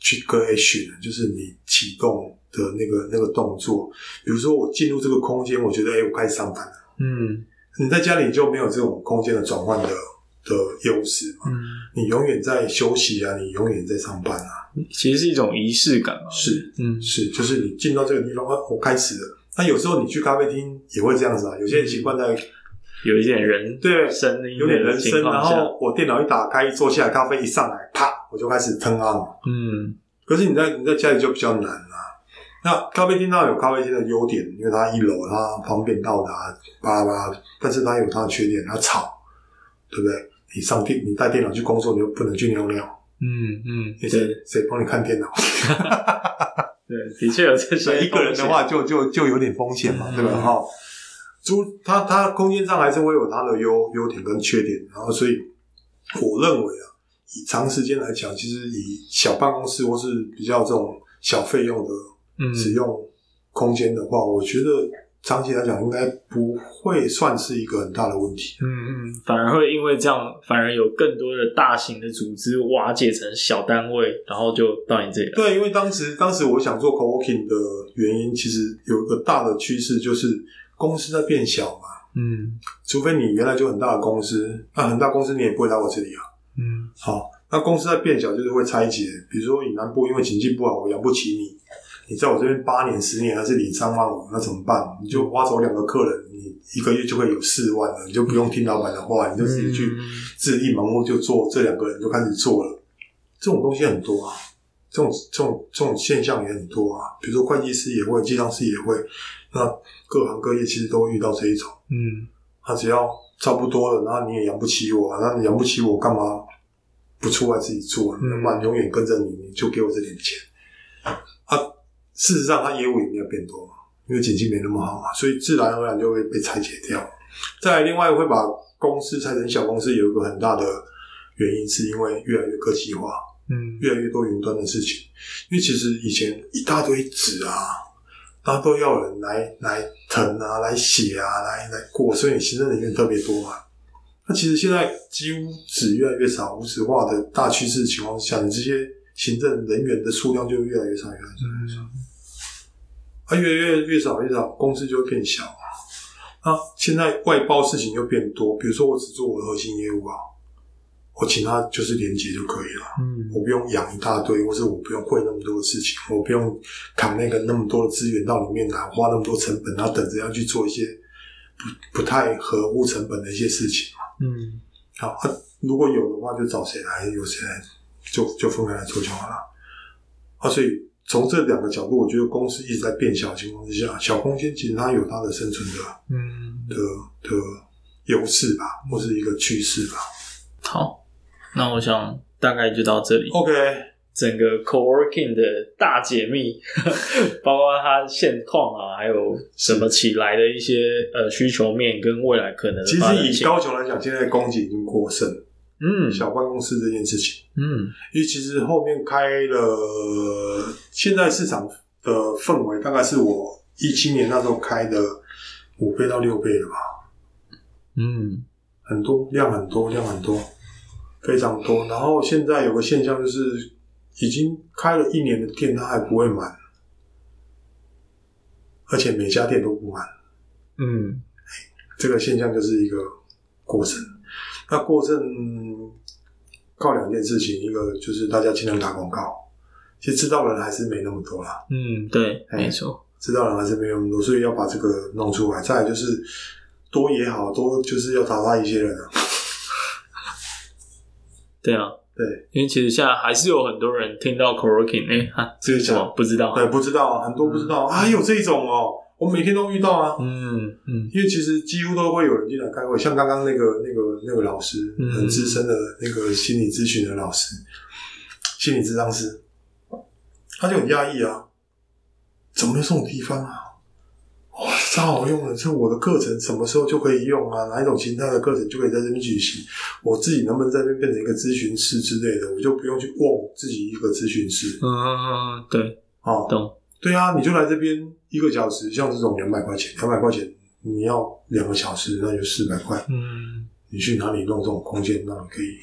[SPEAKER 1] trigger action，就是啊你启动的那个那个动作。比如说，我进入这个空间，我觉得哎、我开始上班了。
[SPEAKER 2] 嗯
[SPEAKER 1] 你在家里就没有这种空间的转换的的优势嘛？
[SPEAKER 2] 嗯，
[SPEAKER 1] 你永远在休息啊，你永远在上班啊，
[SPEAKER 2] 其实是一种仪式感嘛，
[SPEAKER 1] 是
[SPEAKER 2] 嗯
[SPEAKER 1] 是，就是你进到这个地方，啊我开始了。那有时候你去咖啡厅也会这样子啊，有些人习惯在
[SPEAKER 2] 有一点人
[SPEAKER 1] 对
[SPEAKER 2] 声音
[SPEAKER 1] 有点人
[SPEAKER 2] 情
[SPEAKER 1] 声，然
[SPEAKER 2] 况下，
[SPEAKER 1] 后我电脑一打开，一坐下来，咖啡一啊上来，啪，我就开始 turn on。
[SPEAKER 2] 嗯
[SPEAKER 1] 可是你在你在家里就比较难啊。那咖啡厅当然有咖啡厅的优点，因为它一楼它方便到达，巴拉巴拉，但是它有它的缺点，它吵，对不对？你上电，你带电脑去工作，你又不能去尿尿，
[SPEAKER 2] 嗯嗯，
[SPEAKER 1] 你
[SPEAKER 2] 对
[SPEAKER 1] 谁 谁帮你看电脑？
[SPEAKER 2] 对，的确有这
[SPEAKER 1] 所
[SPEAKER 2] 些
[SPEAKER 1] 以一个人的话就，就就有点风险嘛，对吧？哈、租它它空间上还是会有它的优优点跟缺点，然后所以我认为啊，以长时间来讲，其实以小办公室或是比较这种小费用的
[SPEAKER 2] 风
[SPEAKER 1] 使
[SPEAKER 2] 险，
[SPEAKER 1] 用空间的话，我觉得长期来讲应该不会算是一个很大的问题。
[SPEAKER 2] 嗯嗯嗯，反而会因为这样，反而有更多的大型的组织瓦解成小单位，然后就到你这里来。
[SPEAKER 1] 对，因为当时当时我想做 co-working 的原因，其实有一个大的趋势就是公司在变小嘛，
[SPEAKER 2] 嗯
[SPEAKER 1] 除非你原来就很大的公司，那很大公司你也不会来我这里啊。
[SPEAKER 2] 嗯
[SPEAKER 1] 好，那公司在变小就是会拆解，比如说以南部因为经济不好，我养不起你，你在我这边八年十年还是领三万五，那怎么办？你就挖走两个客人，你一个月就会有四万了，你就不用听老板的话，你就直接去自立盲目就做，这两个人就开始做了，这种东西很多啊。这种这种这种现象也很多啊，比如说会计师也会，计量师也会，那各行各业其实都会遇到这一种。
[SPEAKER 2] 嗯
[SPEAKER 1] 他只要差不多了，然后你也养不起我、啊，那你养不起我干嘛不出来自己做、啊？
[SPEAKER 2] 嗯
[SPEAKER 1] 那么永远跟着你，你就给我这点钱。啊，事实上他业务也没有变多嘛，因为景气没那么好嘛，所以自然而然就会被拆解掉。再来，另外会把公司拆成小公司，有一个很大的原因，是因为越来越科技化，
[SPEAKER 2] 嗯
[SPEAKER 1] 越来越多云端的事情。因为其实以前一大堆纸啊，大家都要有人来来腾啊，来写啊，来来过，所以行政人员特别多嘛。那其实现在几乎纸越来越少，无纸化的大趋势情况下，你这些行政人员的数量就越来越少，越来越少。啊，越来越越少越少，公司就会变小啊。那现在外包事情又变多，比如说我只做我的核心业务啊，我请他就是连接就可以了。
[SPEAKER 2] 嗯
[SPEAKER 1] 我不用养一大堆，或是我不用会那么多的事情，我不用扛那个那么多的资源到里面来，花那么多成本，然后等着要去做一些不不太合乎成本的一些事情嘛。
[SPEAKER 2] 嗯
[SPEAKER 1] 好、啊，如果有的话，就找谁来，有谁来就就分开来做就好了。啊，所以从这两个角度，我觉得公司一直在变小的情况之下，小空间其实它有它的生存的
[SPEAKER 2] 嗯，
[SPEAKER 1] 的的优势吧，或是一个趋势吧。
[SPEAKER 2] 好，那我想大概就到这里。
[SPEAKER 1] OK，
[SPEAKER 2] 整个 co-working 的大解密，包括它现况啊，还有什么起来的一些呃需求面跟未来可能的
[SPEAKER 1] 其
[SPEAKER 2] 发展
[SPEAKER 1] 实以
[SPEAKER 2] 性
[SPEAKER 1] 高雄来讲，现在供给已经过剩了。
[SPEAKER 2] 嗯
[SPEAKER 1] 小办公室这件事情，
[SPEAKER 2] 嗯
[SPEAKER 1] 因为其实后面开了，现在市场的氛围大概是我一七年那时候开的五倍到六倍了吧，
[SPEAKER 2] 嗯
[SPEAKER 1] 很多量很多量很多，非常多。然后现在有个现象就是，已经开了一年的店，它还不会满，而且每家店都不满。
[SPEAKER 2] 嗯
[SPEAKER 1] 这个现象就是一个过剩。那过剩靠两件事情，一个就是大家尽量打广告，其实知道人还是没那么多啦，
[SPEAKER 2] 嗯，对，
[SPEAKER 1] 哎
[SPEAKER 2] 没错，
[SPEAKER 1] 知道人还是没那么多，所以要把这个弄出来。再来就是多也好，多就是要淘汰一些人啊。
[SPEAKER 2] 对啊，
[SPEAKER 1] 对，
[SPEAKER 2] 因为其实现在还是有很多人听到 co-working，哎、啊，这是什么不嗯知道？
[SPEAKER 1] 对，不知道啊，很多不知道、啊，有这种哦，我每天都遇到啊。
[SPEAKER 2] 嗯嗯
[SPEAKER 1] 因为其实几乎都会有人进来开会，像刚刚那个那个那个老师，
[SPEAKER 2] 嗯
[SPEAKER 1] 很资深的那个心理咨询的老师，心理咨商师，他就很压抑啊，怎么有这种地方啊？哇，超好用的！这我的课程什么时候就可以用啊？哪一种形态的课程就可以在这边举行？我自己能不能在这边变成一个咨询师之类的？我就不用去问自己一个咨询师
[SPEAKER 2] 嗯嗯，嗯对，
[SPEAKER 1] 哦，
[SPEAKER 2] 懂，
[SPEAKER 1] 对啊，你就来这边一个小时，像这种两百块钱，两百块钱你要两个小时，那就四百块。
[SPEAKER 2] 嗯，
[SPEAKER 1] 你去哪里弄这种空间，那你可以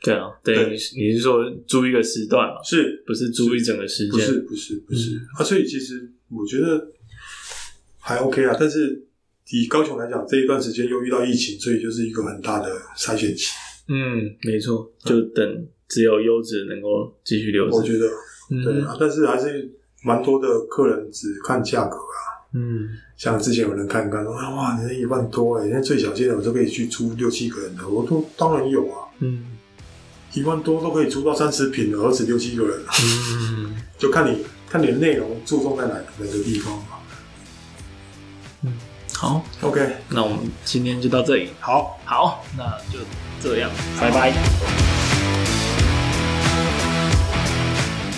[SPEAKER 2] 对啊，对，
[SPEAKER 1] 对
[SPEAKER 2] 你是你是说租一个时段嘛，
[SPEAKER 1] 是
[SPEAKER 2] 不是租一整个时
[SPEAKER 1] 不
[SPEAKER 2] 间？
[SPEAKER 1] 是不是不是、
[SPEAKER 2] 嗯
[SPEAKER 1] 啊？所以其实我觉得还 OK 啊，但是以高雄来讲，这一段时间又遇到疫情，所以就是一个很大的筛选期。
[SPEAKER 2] 嗯，没错，就等只有优质能够继续留
[SPEAKER 1] 我
[SPEAKER 2] 着。
[SPEAKER 1] 觉得
[SPEAKER 2] 嗯
[SPEAKER 1] 对啊，但是还是蛮多的客人只看价格啊。
[SPEAKER 2] 嗯
[SPEAKER 1] 像之前有人看一看说，啊哇，你那一万多哎、那最小间的我都可以去租六七个人的，我都当然有啊。
[SPEAKER 2] 嗯，
[SPEAKER 1] 一万多都可以出到三十品，何止六七个人啊？
[SPEAKER 4] 嗯，
[SPEAKER 1] 就看你看你的内容注重在哪哪个地方嘛。
[SPEAKER 4] 好，
[SPEAKER 1] OK，
[SPEAKER 4] 那我们今天就到这里。
[SPEAKER 1] 好。
[SPEAKER 4] 好，那就这样，拜拜。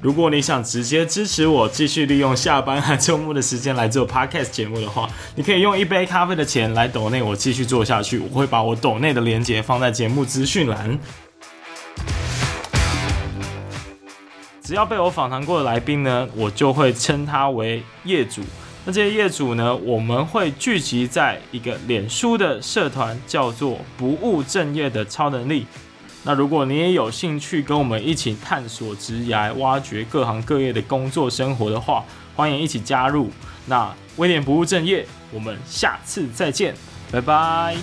[SPEAKER 2] 如果你想直接支持我，继续利用下班和周末的时间来做 podcast 节目的话，你可以用一杯咖啡的钱来抖内我继续做下去。我会把我抖内的链接放在节目资讯栏。只要被我访谈过的来宾呢，我就会称他为业主。那这些业主呢，我们会聚集在一个脸书的社团，叫做“不务正业的超能力”。那如果你也有兴趣跟我们一起探索职涯、挖掘各行各业的工作生活的话，欢迎一起加入。那威廉不务正业，我们下次再见，拜拜。